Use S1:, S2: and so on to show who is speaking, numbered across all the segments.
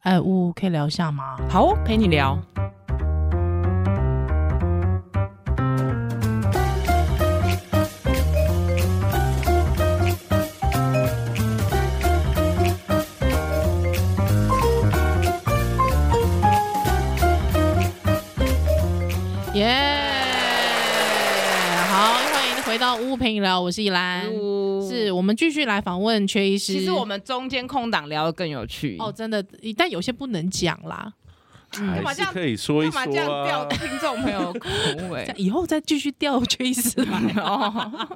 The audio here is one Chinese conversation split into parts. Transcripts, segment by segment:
S1: 哎，呜，可以聊一下吗？
S2: 好哦，陪你聊。
S1: 耶、好，欢迎回到呜陪你聊，我是依
S2: 嗯
S1: 兰，是我们继续来访问缺医师。
S2: 其实我们中间空档聊的更有趣
S1: 哦，，真的，但有些不能讲啦，嗯
S2: 干嘛
S3: 还
S2: 这
S3: 是
S2: 样
S3: 可以说一
S2: 干嘛这样
S3: 说
S2: 吊
S3: 啊。
S2: 听众朋友苦哎
S1: 这样？以后再继续调缺医师来。
S2: 哦，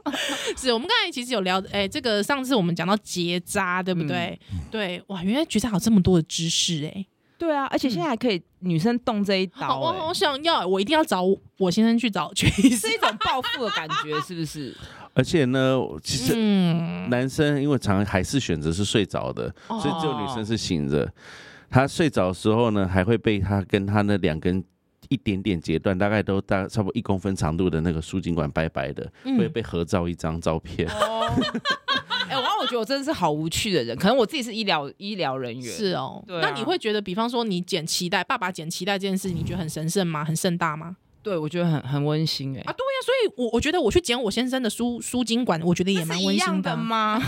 S1: 是我们刚才其实有聊，哎、这个上次我们讲到结扎，对不对？
S2: 嗯
S1: 对，哇，原来结扎有这么多的知识、哎、
S2: 对啊，而且现在还可以女生动这一
S1: 好，
S2: 刀
S1: 我
S2: 哎
S1: 好，想要，我一定要找我先生去找缺医师
S2: 是。一种报复的感觉，是不是？
S3: 而且呢，其实
S1: 嗯，
S3: 男生因为常还是选择是睡着的，
S1: 哦
S3: 所以只有女生是醒着。她睡着的时候呢，还会被她跟她那两根一点点截断，大概都大差不多一公分长度的那个输精管白白的，会
S1: 嗯，
S3: 被合照一张照 片。
S2: 哦，哎，我我觉得我真的是好无趣的人，可能我自己是医疗医疗人员，
S1: 是哦。
S2: 对啊
S1: 那你会觉得，比方说你剪脐带，爸爸剪脐带这件事，你觉得很神圣吗？很盛大吗？
S2: 对我觉得很很温馨哎
S1: 啊，，对呀、所以我我觉得我去剪我先生的输输精管，我觉得也蛮温馨
S2: 的
S1: 啊
S2: 吗？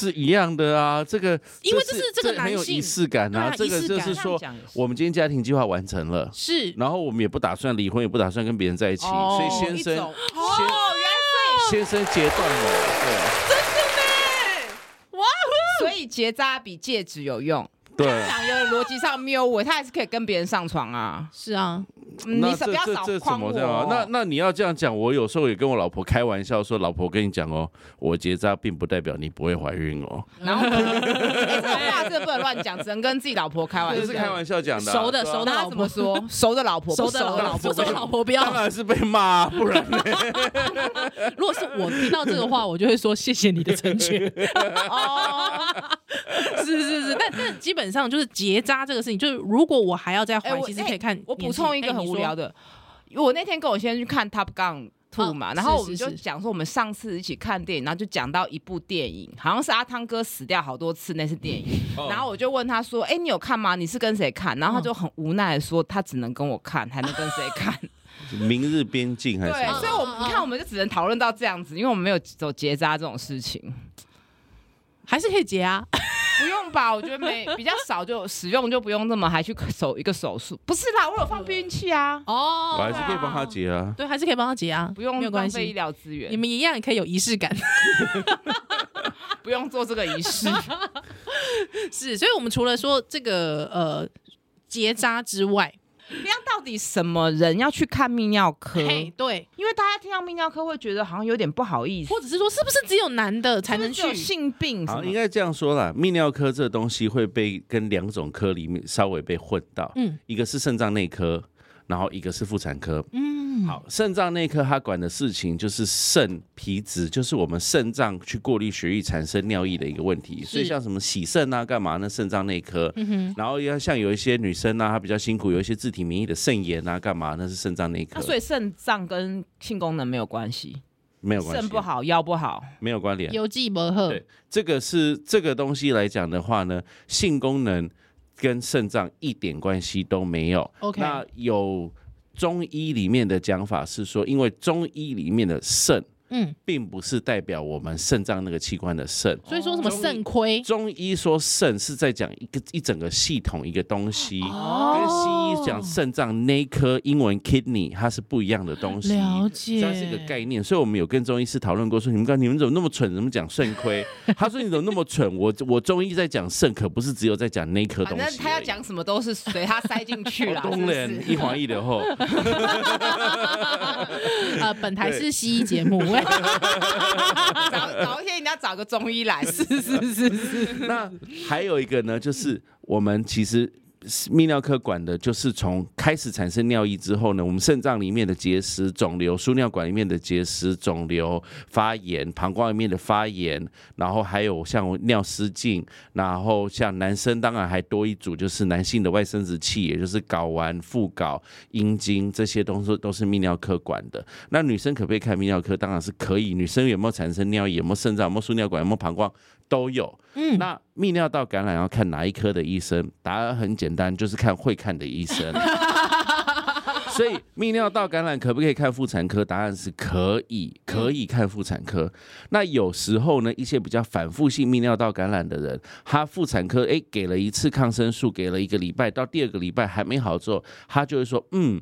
S3: 是一样的啊，这个
S1: 因为这是这个
S3: 很有
S1: 男性
S3: 仪式感
S1: 对
S3: 啊，
S1: 啊
S3: 这
S1: 仪
S3: 个
S1: 式
S3: 就
S1: 感
S3: 是说
S2: 这样讲也是
S3: 我们今天家庭计划完成了，
S1: 是哦
S3: 然后我们也不打算离婚，也不打算跟别人在一起，所以先
S2: 一
S3: 生
S2: 种哦，
S3: 先生截断了，对
S2: 所以结扎比戒指有用。
S3: 对。
S2: 讲有逻辑上谬误，他还是可以跟别人上床啊。
S1: 是啊，
S2: 嗯
S3: 那
S2: 你
S3: 这
S2: 少不要
S3: 这
S2: 少
S3: 这怎
S2: 框
S3: 么
S2: 我
S3: 这样啊
S2: 哦。
S3: 那那你要这样讲，我有时候也跟我老婆开玩笑说，老婆我跟你讲哦，我结扎并不代表你不会怀孕哦，
S2: 然后， 哎，这种话真的不能乱讲，只能跟自己老婆开玩
S3: 这
S2: 笑。
S3: 是开玩笑讲的啊、
S1: 熟的
S3: 对啊
S1: 熟的
S2: 那他怎 么说？熟的老婆，
S1: 熟
S2: 不
S1: 的老
S2: 的
S1: 婆，
S2: 老婆，
S1: 熟的老婆不要
S3: 当。 然是被骂、啊，不然呢
S1: 如果是我听到这个话，我就会说谢谢你的成 全。
S2: 哦，
S1: 是是是，但但基本上就是结扎这个事情，就是如果我还要再
S2: 哎
S1: 怀，
S2: 我
S1: 其实可以看年纪、
S2: 我补充一个
S1: 哎
S2: 很无聊
S1: 你
S2: 的，我那天跟我先生去看《Top Gun》。Two
S1: 嗯
S2: 嘛，然后
S1: 是
S2: 我们
S1: 是
S2: 就是讲说我们上次一起看电影，然后就讲到一部电影，好像是阿汤哥死掉好多次那是电影，
S3: 哦
S2: 然后我就问他说：“哎，你有看吗？你是跟谁看？”然后他就很无奈的说：“他只能跟我看，还能跟谁看？”
S3: 明日边境还是什
S2: 对，
S3: 么
S2: 所以我们你看，我们就只能讨论到这样子，因为我们没有走结扎这种事情。
S1: 说还是可以结啊。
S2: 不用吧？我觉得没 比较少就使用，就不用那么还去手一个手术。不是啦，我有放避孕器啊，
S1: 哦
S3: 我还是可以帮他结啊。
S1: 对，还是可以帮他结啊，
S2: 不用
S1: 没有
S2: 浪
S1: 关
S2: 费医
S1: 系。
S2: 疗资源，
S1: 你们一样也可以有仪式 感，
S2: 不用做这个仪 式。
S1: 是。所以，我们除了说这个呃结扎之外，
S2: 这样到底什么人要去看泌尿科？
S1: 嘿，对，
S2: 因为大家听到泌尿科会觉得好像有点不好意思，
S1: 或者是说，是不是只有男的才能
S2: 是不
S1: 去？
S2: 是只有性病什
S3: 好，
S2: 么
S3: 应。该这样说啦，泌尿科这东西会被跟两种科里面稍微被混到，
S1: 嗯
S3: 一个是肾脏内科，然后一个是妇产科。
S1: 嗯，
S3: 好，肾脏内科它管的事情就是肾皮质，就是我们肾脏去过滤血液产生尿液的一个问题。所以像什么洗肾啊、干嘛呢？肾脏内科。
S2: 嗯
S3: 然后要像有一些女生啊，她比较辛苦，有一些自体免疫的肾炎啊，干嘛？那是肾脏内科。
S2: 那啊所以肾脏跟性功能没有关系，
S3: 没有关系，
S2: 肾不，好，腰不好，
S3: 没有关 联。
S1: 邮寄不合
S3: 对这个是这个东西来讲的话呢，性功能跟肾脏一点关系都没有。
S1: OK
S3: 那有中医里面的讲法是说，因为中医里面的肾。
S1: 嗯，
S3: 并不是代表我们肾脏那个器官的肾。
S1: 所以说什么
S3: 中医
S1: 肾亏
S3: 中医说肾是在讲一个一整个系统一个东西，跟
S1: 哦
S3: 西医讲肾脏内科英文 kidney 它是不一样的东西。
S1: 了解，
S3: 它是一个概念，所以我们有跟中医师讨论过，说你们刚你们怎么那么蠢，怎么讲 肾亏？他说你怎么那么蠢？我我中医在讲肾，可不是只有在讲内科
S2: 反
S3: 东
S2: 正
S3: 西
S2: 他要
S3: 而已。
S2: 讲什么都是随他塞进去啦。
S3: 东人一黄一流后，
S1: 呃，本台是西医节 目，喂
S2: 找找一些人家找个中医来，是
S1: 是是是，
S3: 那还有一个呢，就是我们其实嗯泌尿科管的就是从开始产生尿液之后呢，我们肾脏里面的结石、肿瘤、输尿管里面的结石、肿瘤、发炎、膀胱里面的发炎，然后还有像尿失禁，然后像男生当然还多一组，就是男性的外生殖器，也就是睾丸、副睾、阴茎这些东西都是泌尿科管的。那女生可不可以看泌尿科？当然是可以。女生有没有产生尿液？有没有肾脏？有没有输尿管？有没有膀胱？都有。
S1: 嗯，
S3: 那泌尿道感染要看哪一科的医生？答案很简单，就是看会看的医生。 所以泌尿道感染可不可以看妇产科？答案是可以，可以看妇产科。那有时候呢，一些比较反复性泌尿道感染的人，他妇产科诶给了一次抗生素，给了一个礼拜，到第二个礼拜还没好之后，他就会说，嗯，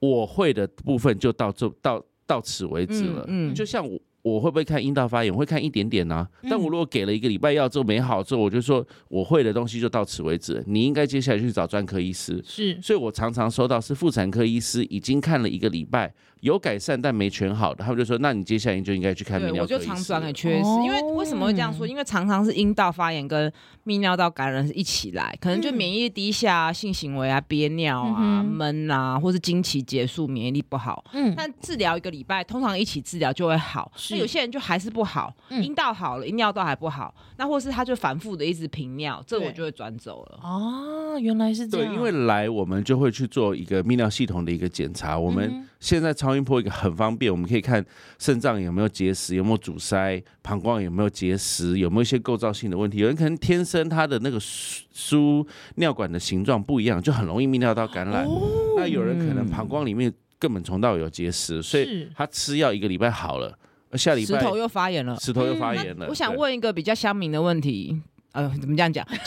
S3: 我会的部分就到这到到此为止了。
S2: 嗯嗯
S3: 就像我。我会不会看阴道发炎？我会看一点点啊，但
S1: 嗯
S3: 我如果给了一个礼拜药之后没好之后，我就说我会的东西就到此为止了。你应该接下来去找专科医师。
S1: 是
S3: 所以我常常收到是妇产科医师已经看了一个礼拜有改善但没全好的，他们就说那你接下来就应该去看泌
S2: 对，
S3: 尿
S2: 我就
S3: 科医师了。啊
S2: 常转给缺失，因为为什么会这样说？因为常常是阴道发炎跟泌尿道感染是一起来，可能就
S1: 嗯
S2: 免疫力低下、啊、性行为啊、憋尿啊、
S1: 嗯哼
S2: 闷啊，或是经期结束免疫力不好。
S1: 嗯
S2: 但治疗一个礼拜，通常一起治疗就会好。
S1: 是
S2: 那有些人就还是不好，
S1: 嗯
S2: 阴道好了，阴尿道还不好，那或是他就反复的一直频尿，这
S1: 对
S2: 我就会转走了。
S1: 哦，原来是这
S3: 对，
S1: 样，
S3: 因为来我们就会去做一个泌尿系统的一个检查。我
S1: 嗯
S3: 们
S1: 哼
S3: 现在超音波一个很方便，我们可以看肾脏有没有结石，有没有阻塞，膀胱有没有结石，有没有一些构造性的问题。有人可能天生他的那个输输尿管的形状不一样，就很容易泌尿道感染。
S2: 哦
S3: 那有人可能
S2: 嗯
S3: 膀胱里面根本从到有结石，所以
S1: 是
S3: 他吃药一个礼拜好了，下礼
S2: 石
S3: 拜
S2: 头又发炎了。
S3: 石头又
S1: 嗯
S3: 发
S1: 那
S3: 炎了。
S2: 我想
S3: 对
S2: 问一个比较乡民的问题，呃，怎么这样讲？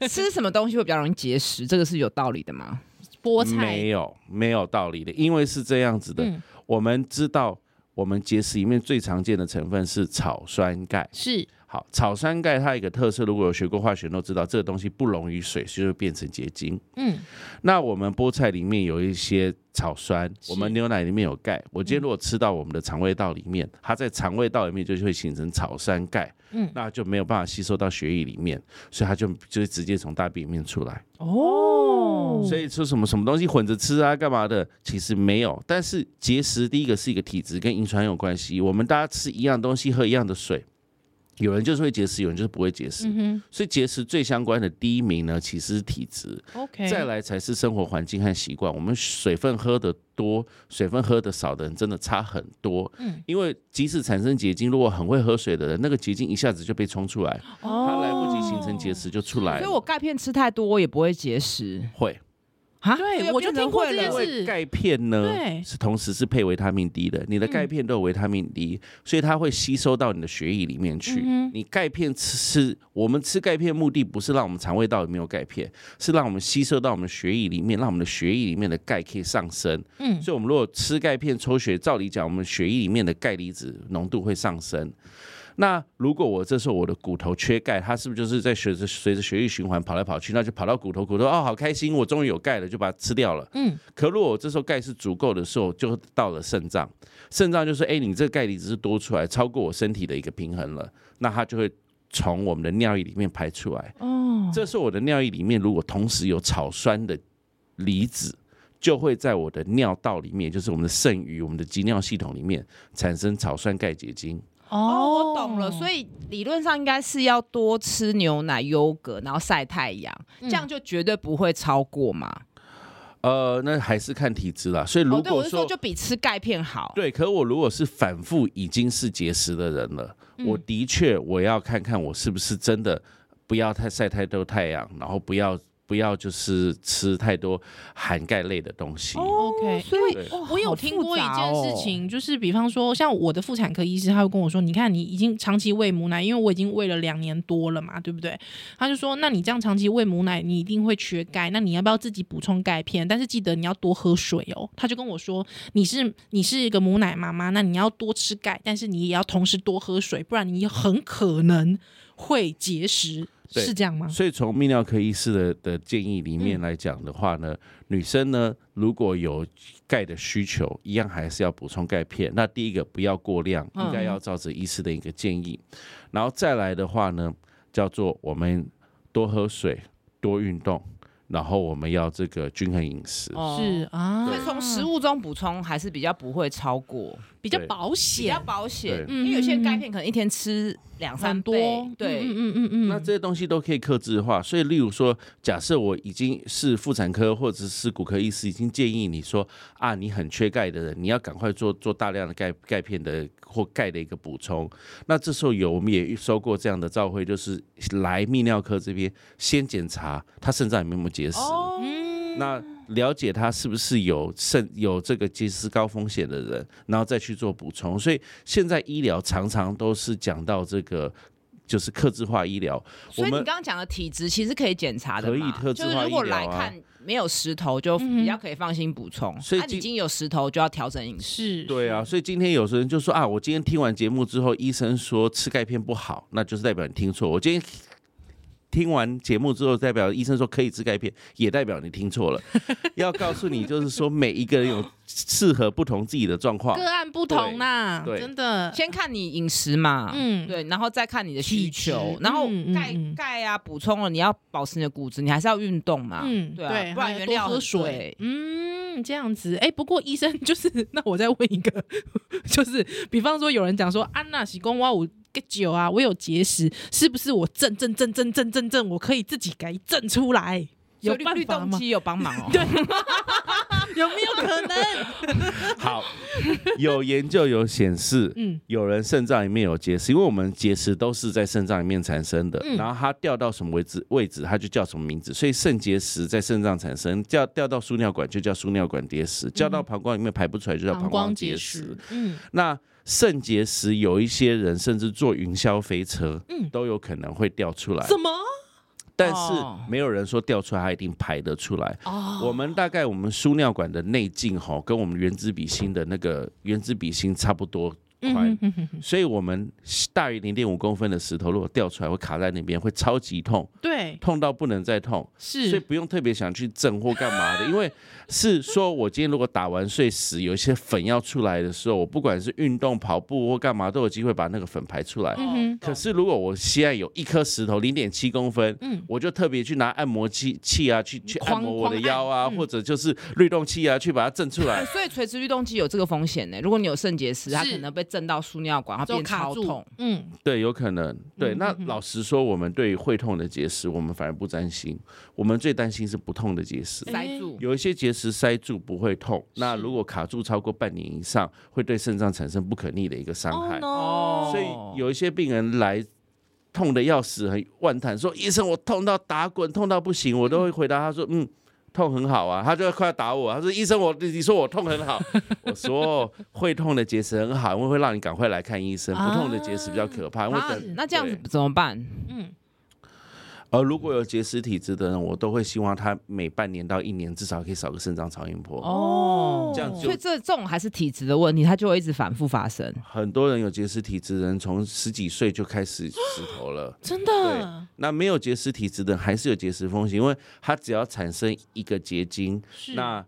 S2: 就吃什么东西会比较容易结石？这个是有道理的吗？
S1: 菠菜
S3: 没，有没有道理的，因为是这样子的。
S1: 嗯，
S3: 我们知道，我们结石里面最常见的成分是草酸钙。
S1: 是
S3: 好，草酸钙它有一个特色，如果有学过化学都知道，这个东西不溶于水，所以就变成结晶。
S1: 嗯
S3: 那我们菠菜里面有一些草酸，
S1: 是嗯
S3: 我们牛奶里面有钙。我今天如果吃到我们的肠胃道里面，它在肠胃道里面就会形成草酸钙，
S1: 嗯
S3: 那就没有办法吸收到血液里面，所以它就就是直接从大便里面出来。
S1: 哦
S3: 所以说什么什么东西混着吃啊，干嘛的？其实没有，但是节食第一个是一个体质跟遗传有关系。我们大家吃一样东西，喝一样的水，有人就是会节食，有人就是不会节食。
S1: 嗯
S3: 所以节食最相关的第一名呢，其实是体质，
S1: 哼，OK，
S3: 再来才是生活环境和习惯。我们水分喝的多，水分喝的少的人真的差很多。
S1: 嗯
S3: 因为即使产生结晶，如果很会喝水的人，那个结晶一下子就被冲出来，
S1: 哦
S3: 他来不及形成结石就出来
S2: 所以
S3: 了。
S2: 我钙片吃太多也不会结石
S3: 会。
S2: 啊
S1: 对我就听过这件
S3: 因
S1: 事
S3: 为钙片呢
S1: 对
S3: 是同时是配维他命 D 的，你的
S1: 嗯
S3: 钙片都有维他命 D，、所以它会吸收到你的血液里面去。
S1: 嗯哼
S3: 你钙片吃吃，我们吃钙片的目的不是让我们肠胃道里面有钙片，是让我们吸收到我们血液里面，让我们的血液里面的钙可以上升。
S1: 嗯
S3: 所以我们如果吃钙片抽血，照理讲，我们血液里面的钙离子浓度会上升。那如果我这时候我的骨头缺钙，它是不是就是在随着随着血液循环跑来跑去，那就跑到骨头，骨头哦好开心，我终于有钙了，就把它吃掉了。
S1: 嗯
S3: 可如果我这时候钙是足够的时候，就到了肾脏，肾脏就说：“哎，你这个钙离子是多出来，超过我身体的一个平衡了。”那它就会从我们的尿液里面排出来。
S2: 哦，
S3: 这时候我的尿液里面如果同时有草酸的离子，就会在我的尿道里面，就是我们的肾盂、我们的集尿系统里面产生草酸钙结晶。
S2: 哦，我懂了，所
S1: 以
S2: 以理论上应该是要多吃牛奶、优格，然后晒太阳，
S1: 嗯
S2: 这样就绝对不会超过嘛。
S3: 呃，那还是看体质啦。所以如
S2: 哦，对，我
S3: 果
S2: 是
S3: 说、
S2: 说就比吃钙片好。
S3: 对，可我如果是反复已经是节食的人了，
S1: 嗯
S3: 我的确我要看看我是不是真的不要太晒太多太阳，然后不要不要就是吃太多含钙类的东西。
S2: 哦
S1: 哦 OK，
S2: 所以哦
S3: 对
S1: 我有听过一件
S3: 哦
S1: 事，情，就是比方说，像我的妇产科医师，他会跟我说：“你看，你已经长期喂母奶，因为我已经喂了两年多了嘛，对不对？”他就说：“那你这样长期喂母奶，你一定会缺钙，那你要不要自己补充钙片？但是记得你要多喝水哦。”他就跟我说：“你是你是一个母奶妈妈，那你要多吃钙，但是你也要同时多喝水，不然你很可能会结石，
S3: 对
S1: 是这样吗
S3: 所以从泌尿科医师的的建议里面来讲的话呢，女生呢如果有钙的需求，一样还是要补充钙片。那第一个不要过量，
S2: 嗯
S3: 应该要照着医师的一个建议。然后再来的话呢，叫做我们多喝水、多运动，然后我们要这个均衡饮食。
S2: 哦
S1: 是啊，
S2: 所以从食物中补充还是比较不会超过。
S1: 比较
S3: 对
S1: 保
S2: 比较
S1: 险，
S2: 保险，
S3: 对
S2: 因为有些人钙片可能一天吃两三
S1: 很多
S2: 杯，，对，
S1: 嗯嗯嗯
S3: 那
S1: 嗯，
S3: 这些东西都可以克制化，所以例如说，假设我已经是妇产科或者是骨科医师，已经建议你说啊，你很缺钙的人，你要赶快做做大量的钙钙片的或钙的一个补充。那这时候有我们也收过这样的照会，就是来泌尿科这边先检查他肾脏有没有结石，
S2: 哦
S1: 嗯
S3: 那了解他是不是有肾有这个结石高风险的人，然后再去做补充。所以现在医疗常常都是讲到这个。就是克制化医疗，我
S2: 所以你
S3: 们
S2: 刚刚讲的体质其实可以检查的
S3: 可以
S2: 嘛，
S3: 特制
S2: 就是
S3: 化
S2: 如
S3: 医
S2: 果
S3: 疗
S2: 来
S3: 啊
S2: 看没有石头，就比较可以放心补充。
S3: 所以
S2: 啊、你
S3: 今
S2: 已经有石头，就要调整饮食。
S1: 是，
S3: 对啊，所以今天有些人就说啊，我今天听完节目之后，医生说吃钙片不好，那就是代表你听错。我今天听完节目之后，代表医生说可以吃钙片，也代表你听错了。要告诉你，就是说每一个人有适合不同自己的 状况。
S1: 个案不同呐，
S3: 啊对对
S1: 真的，
S2: 先看你饮食嘛，
S1: 嗯，
S2: 对，然后再看你的需
S1: 体
S2: 求
S1: 质，
S2: 然后
S1: 嗯嗯
S2: 钙
S1: 嗯
S2: 钙啊补充了，你要保持你的骨质，你还是要运动嘛，
S1: 嗯，
S2: 对啊，不
S1: 还
S2: 然
S1: 要
S2: 原
S1: 多
S2: 料
S1: 喝
S2: 很欸
S1: 水
S2: 贵，
S1: 嗯，这样子。哎、不过医生 就是，那我再问一个， 就是比方说有人讲说，安娜喜公蛙我个酒啊，我有结石，是不是我正正正正正正正，我可以自己改正出来？有
S2: 所以律
S1: 办
S2: 律
S1: 法
S2: 动
S1: 吗？
S2: 机有帮忙 哦。
S1: 有没有可能？
S3: 好，有研究有显示，
S1: 嗯，
S3: 有人肾脏里面有结石，因为我们结石都是在肾脏里面产生的，
S1: 嗯
S3: 然后它掉到什么位置位置，它就叫什么名字。所以肾结石在肾脏产生，掉掉到输尿管就叫输尿管结石，掉到膀胱里面排不出来就叫膀胱结石。，
S1: 嗯，
S3: 那肾结石有一些人甚至坐云霄飞车，
S1: 嗯
S3: 都有可能会掉出来，
S1: 怎么？
S3: 但是
S2: 哦
S3: 没有人说掉出来它一定排得出来。
S1: 哦，
S3: 我们大概我们输尿管的内径吼，跟我们原子笔芯的那个原子笔芯差不多宽，
S1: 嗯哼哼哼
S3: 所以我们大于零点五公分的石头如果掉出来会卡在那边，会超级痛，
S1: 对，
S3: 痛到不能再痛，所以
S1: 是，
S3: 不用特别想去震或干嘛的，因为是说我今天如果打完碎石，有一些粉要出来的时候，我不管是运动、跑步或干嘛，都有机会把那个粉排出来。
S1: 嗯
S3: 可是如果我现在有一颗石头零点七公分，
S1: 嗯
S3: 我就特别去拿按摩器器啊，去去按
S1: 狂
S3: 摩我的
S1: 狂按
S3: 腰啊，
S1: 嗯
S3: 或者就是律动器啊，去把它震出 来
S2: 哎。所以垂直律动机有这个风险呢。如果你有肾结石，它
S1: 是
S2: 可能被震到输尿管，它
S1: 就
S2: 变
S1: 卡
S2: 超
S1: 住
S2: 痛。，
S1: 嗯，
S3: 对，有可能。对，
S1: 嗯
S3: 那
S1: 嗯嗯
S3: 老实说，我们对于会痛的结石，我们反而不担心，我们最担心是不痛的结石。
S1: 嗯
S2: 塞住，
S3: 有一些结石塞住不会痛，那如果卡住超过半年以上，会对肾脏产生不可逆的一个伤害。
S1: 哦 no，
S3: 所以有一些病人来痛的要死，很万叹说：“医生，我痛到打滚，痛到不行。”我都会回答他说：“嗯。”痛很好啊，他就快要打我。他说：“医生，我你说我痛很好。”我说：“哦会痛的结石很好，因为会让你赶快来看医生。不痛的结石比较可怕，因为
S2: 啊
S3: 等
S2: 那这样子
S3: 对
S2: 怎么办？
S1: 嗯，。
S3: 而如果有结石体质的人，我都会希望他每半年到一年至少可以扫个肾脏超音波。
S2: 哦
S3: 这样就
S2: 所以这这种还是体质的问题，它就会一直反复发生。
S3: 很多人有结石体质的人，从十几岁就开始石头了
S1: 真的
S3: 那没有结石体质的人还是有结石风险，因为他只要产生一个结晶，
S1: 是
S3: 那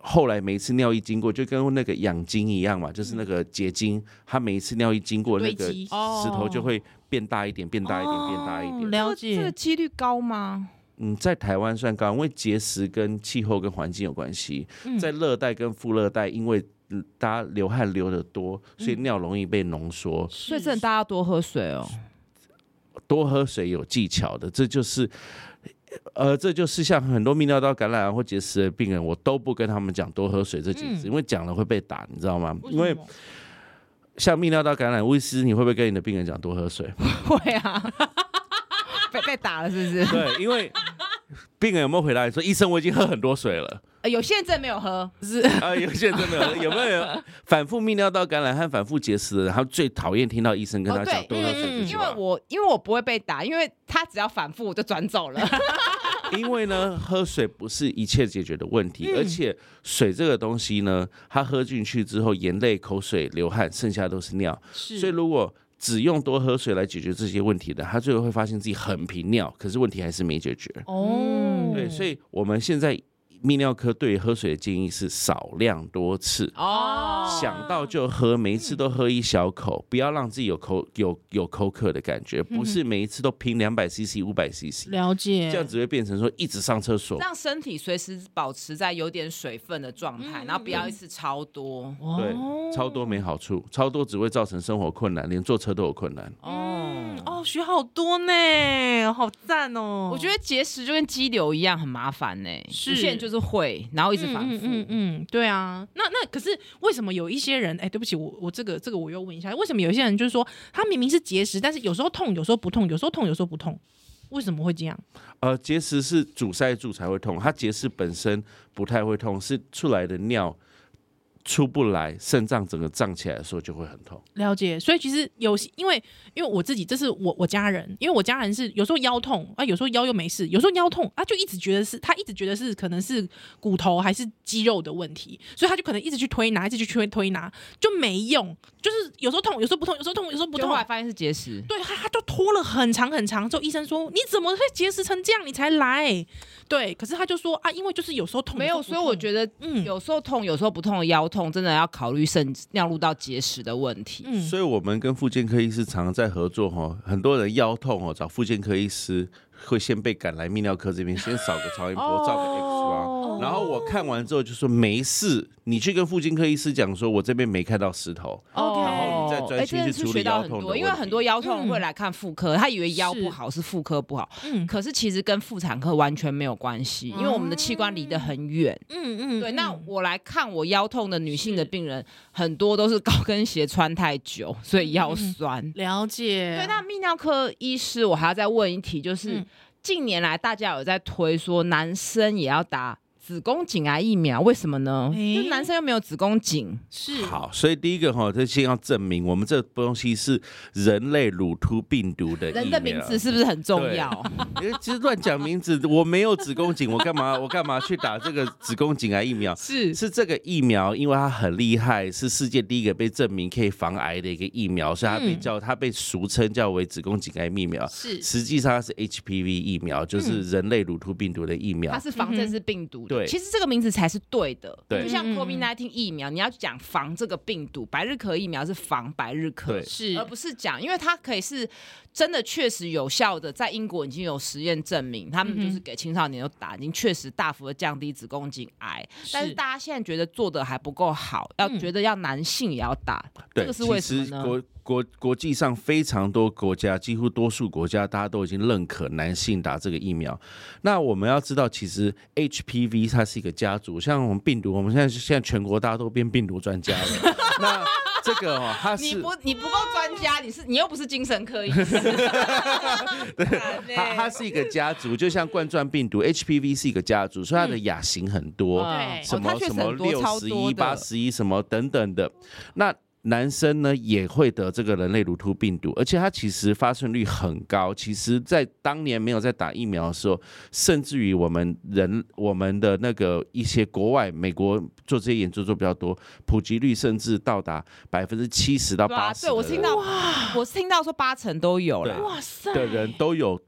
S3: 后来每一次尿液经过，就跟那个养精一样嘛，就是那个结晶，它每一次尿液经过，那
S1: 嗯堆
S3: 个
S1: 积
S3: 石头就会变大一点，变大一点，变大一
S1: 哦
S3: 点。
S1: 了
S2: 这个
S1: 解，
S2: 几率高吗？
S3: 嗯，在台湾算高，因为结石跟气候跟环境有关系。
S1: 嗯
S3: 在热带跟副热带，因为嗯大家流汗流得多，所
S1: 嗯
S3: 以尿容易被浓缩。
S2: 所以真的大家要多喝水哦。
S3: 多喝水有技巧的，这就是。呃，这就是像很多泌尿道感染啊或结石的病人，我都不跟他们讲多喝水这几个字，
S1: 嗯
S3: 因为讲了会被打，你知道吗？因
S1: 为
S3: 为像泌尿道感染，巫医师你会不会跟你的病人讲多喝水？
S2: 会啊， 被被打了是不是？
S3: 对，因为病人有没有回答你说，医生我已经喝很多水了？
S2: 呃有些人真的没有喝，
S3: 啊，有些人真的有有没有人反复泌尿道感染和反复结石的人，他最讨厌听到医生跟他
S2: 哦
S3: 讲
S2: 对
S3: 多喝水这
S1: 嗯
S2: 因
S3: 句
S2: 为
S3: 话，
S2: 我因为我不会被打，因为他只要反复我就转走了。
S3: 因为呢，喝水不是一切解决的问题，
S1: 嗯
S3: 而且水这个东西呢，它喝进去之后，眼泪、口水、流汗，剩下都是尿，
S1: 是，
S3: 所以如果只用多喝水来解决这些问题的，他最后会发现自己很频尿，可是问题还是没解决。
S1: 哦，
S3: 对，所以我们现在泌尿科对于喝水的建议是少量多次。
S2: 哦，
S3: 想到就喝，每一次都喝一小口，不要让自己有口有有口渴的感觉，
S1: 嗯
S3: 不是每一次都拼两百 CC、五百 CC，
S1: 了解，
S3: 这样只会变成说一直上厕所。
S2: 让身体随时保持在有点水分的状态，
S1: 嗯
S2: 然后不要一次超多。
S3: 对，超多没好处，超多只会造成生活困难，连坐车都有困难。
S1: 嗯
S2: 哦，
S1: 哦，学好多呢，好赞哦！
S2: 我觉得节食就跟肌瘤一样很麻烦呢，
S1: 是
S2: 有些人就是会，然后一直
S1: 嗯
S2: 反
S1: 嗯
S2: 复。
S1: 嗯嗯，对啊。那那可是为什么有一些人？哎，对不起，我我这个这个我又问一下，为什么有一些人就是说他明明是节食，但是有时候痛，有时候不痛，有时候痛，有时候不痛，为什么会这样？
S3: 呃，结石是阻塞住才会痛，它结石本身不太会痛，是出来的尿出不来，肾脏整个胀起来的时候就会很痛。
S1: 了解，所以其实有些，因为因为我自己，这是我我家人，因为我家人是有时候腰痛啊，有时候腰又没事，有时候腰痛啊，就一直觉得是他一直觉得是可能是骨头还是肌肉的问题，所以他就可能一直去推拿，一直去推推拿，就没用，就是有时候痛，有时候不痛，有时候痛，有时候不
S2: 不
S1: 痛
S2: 后，来发现是节食，
S1: 对，他他就拖了很长很长，之后医生说你怎么会结石成这样，你才来？对，可是他就说啊，因为就是有时候痛，
S2: 没有，所以我
S1: 得
S2: 觉得
S1: 嗯
S2: 有时候痛，有时候不痛的腰痛，真的要考虑肾尿路道结石的问题。
S1: 嗯
S3: 所以我们跟复健科医师常常在合作哈，很多人腰痛哦，找复健科医师会先被赶来泌尿科这边，先扫个超音波，照个 X 光。然后我看完之后就说没事，你去跟复健科医师讲说，我这边没看到石头，
S1: 然
S3: 后你再专
S2: 哦哎
S3: 心
S2: 真的
S3: 去
S2: 是
S3: 处
S2: 学
S3: 理
S2: 到
S3: 腰
S2: 很
S3: 痛的
S2: 多，因为
S3: 问
S2: 很
S3: 题
S2: 多腰痛
S1: 嗯
S2: 会来看妇科，他以为腰
S1: 是
S2: 不好是妇科不好，
S1: 嗯
S2: 可是其实跟妇产科完全没有关系，因为我们的器官离得很远。
S1: 嗯嗯，
S2: 对，那
S1: 嗯
S2: 我来看我腰痛的女性的病人，很多都是高跟鞋穿太久，所
S1: 嗯
S2: 以腰酸。
S1: 了解，
S2: 对，啊那泌尿科医师，我还要再问一题，就是、
S1: 嗯
S2: 近年来大家有在推说男生也要打子宫颈癌疫苗，为什么呢？
S1: 诶
S2: 因为男生又没有子宫颈，
S1: 是
S3: 好，所以第一个哈，这先要证明我们这东西是人类乳突病毒的
S2: 人的
S3: 疫苗
S2: 名字是不是很重
S3: 对
S2: 要？
S3: 因为其实乱讲名字，我没有子宫颈，我干嘛我 干嘛去打这个子宫颈癌疫苗？
S1: 是
S3: 是啊这个疫苗，因为它很厉害，是世界第一个被证明可以防癌的一个疫苗，所以它被
S1: 嗯
S3: 叫、它被俗称叫为子宫颈癌疫苗。
S1: 是
S3: 实际上它是 HPV 疫苗，
S2: 嗯
S3: 就是人类乳突病毒的疫苗。
S2: 它是防这次病毒的。
S3: 对
S2: 其实这个名字才是对的。
S3: 对
S2: 就像
S1: 嗯
S2: COVID-19 疫苗，你要讲防这个病毒，百日咳疫苗是防百日咳
S3: 对。
S1: 是
S2: 而不是讲，因为它可以是真的确实有效的，在英国已经有实验证明，他们就是给青少年有打，已经确实大幅的降低子宫颈癌。但是大家现在觉得做的还不够好，要
S1: 嗯
S2: 觉得要男性也要打，
S3: 对，
S2: 这个是为什么
S3: 其实
S2: 呢
S3: 国国国际上非常多国家，几乎多数国家大家都已经认可男性打这个疫苗。那我们要知道，其实 HPV 它是一个家族，像我们病毒，我们现在现在全国大家都变病毒专 家了。那这个哦，它
S2: 你
S3: 是
S2: 不你不够专家，你是你又不是精神科医师，
S3: 它它是一个家族，就像冠状病毒 HPV 是一个家族，所以它
S2: 嗯
S3: 的亚型很多。
S1: 对
S3: 什么
S2: 哦它确
S3: 什
S2: 实
S3: 么
S2: 很多
S3: 六
S2: 超
S3: 十
S2: 多
S3: 一、
S2: 的
S3: 八十一什么等等的。那男生呢也会得这个人类乳突病毒，而且它其实发生率很高。其实，在当年没有在打疫苗的时候，甚至于我们人我们的那个一些国外美国做这些研究做比较多，普及率甚至到达百分之七十到
S2: 对吧、
S3: 八十。
S2: 对我听到，我听到说八成都有了
S3: 对。
S1: 哇塞
S3: 的人都有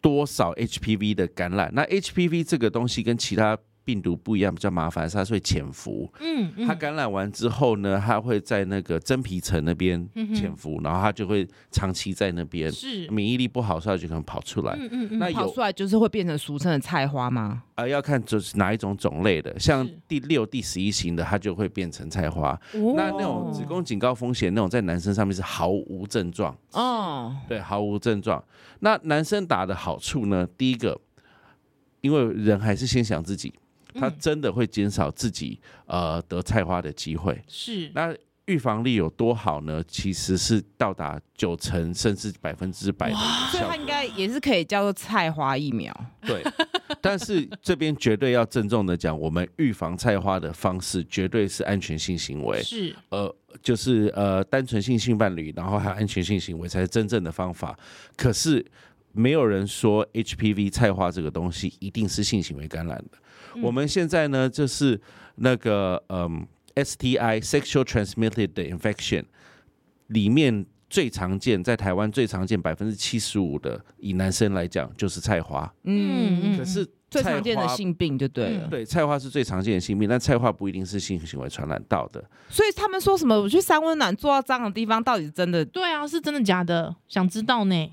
S3: 多少 HPV 的感染？那 HPV 这个东西跟其他病毒不一样，比较麻烦，是它是会潜伏。
S1: 嗯嗯
S3: 它感染完之后呢，它会在那个真皮层那边
S1: 嗯哼
S3: 潜伏，然后它就会长期在那边，
S1: 嗯是
S3: 免疫力不好，所以它就可能跑出来。
S1: 嗯嗯嗯
S3: 那
S2: 跑
S3: 有
S2: 出来就是会变成俗称的菜花吗？
S3: 啊、要看就是哪一种种类的，像
S1: 是
S3: 第六、第十一型的，它就会变成菜花。
S1: 哦
S3: 那那种子宫颈高风险那种，在男生上面是毫无症状，
S2: 哦，
S3: 对，毫无症状。那男生打的好处呢，第一个，因为人还是先想自己，他
S1: 嗯
S3: 真的会减少自己呃得菜花的机会。
S1: 是
S3: 那预防力有多好呢？其实是到达九成甚至百分之百的
S2: 所以
S3: 效
S2: 它
S3: 果。
S2: 应该也是可以叫做菜花疫苗。
S3: 对，但是这边绝对要郑重的讲，我们预防菜花的方式绝对是安全性行为，
S1: 是
S3: 呃，就是呃单纯性性伴侣，然后还有安全性行为才是真正的方法。可是没有人说 HPV 菜花这个东西一定是性行为感染的。
S2: 嗯
S3: 我们现在呢，就是那呃个嗯 STI sexual transmitted infection 里面最常见在台湾最常见百分之七十五的，以男生来讲就是菜花。
S1: 嗯
S3: 可是
S2: 最
S3: 菜
S2: 常见的
S3: 花嗯
S2: 性病就对了。
S3: 对菜花是最常见的性病，但菜花不一定是性行为传染到的。
S2: 所以他们说什么我去三温暖坐到脏的地方，到底是真的？
S1: 对啊，是真的假的？想知道呢？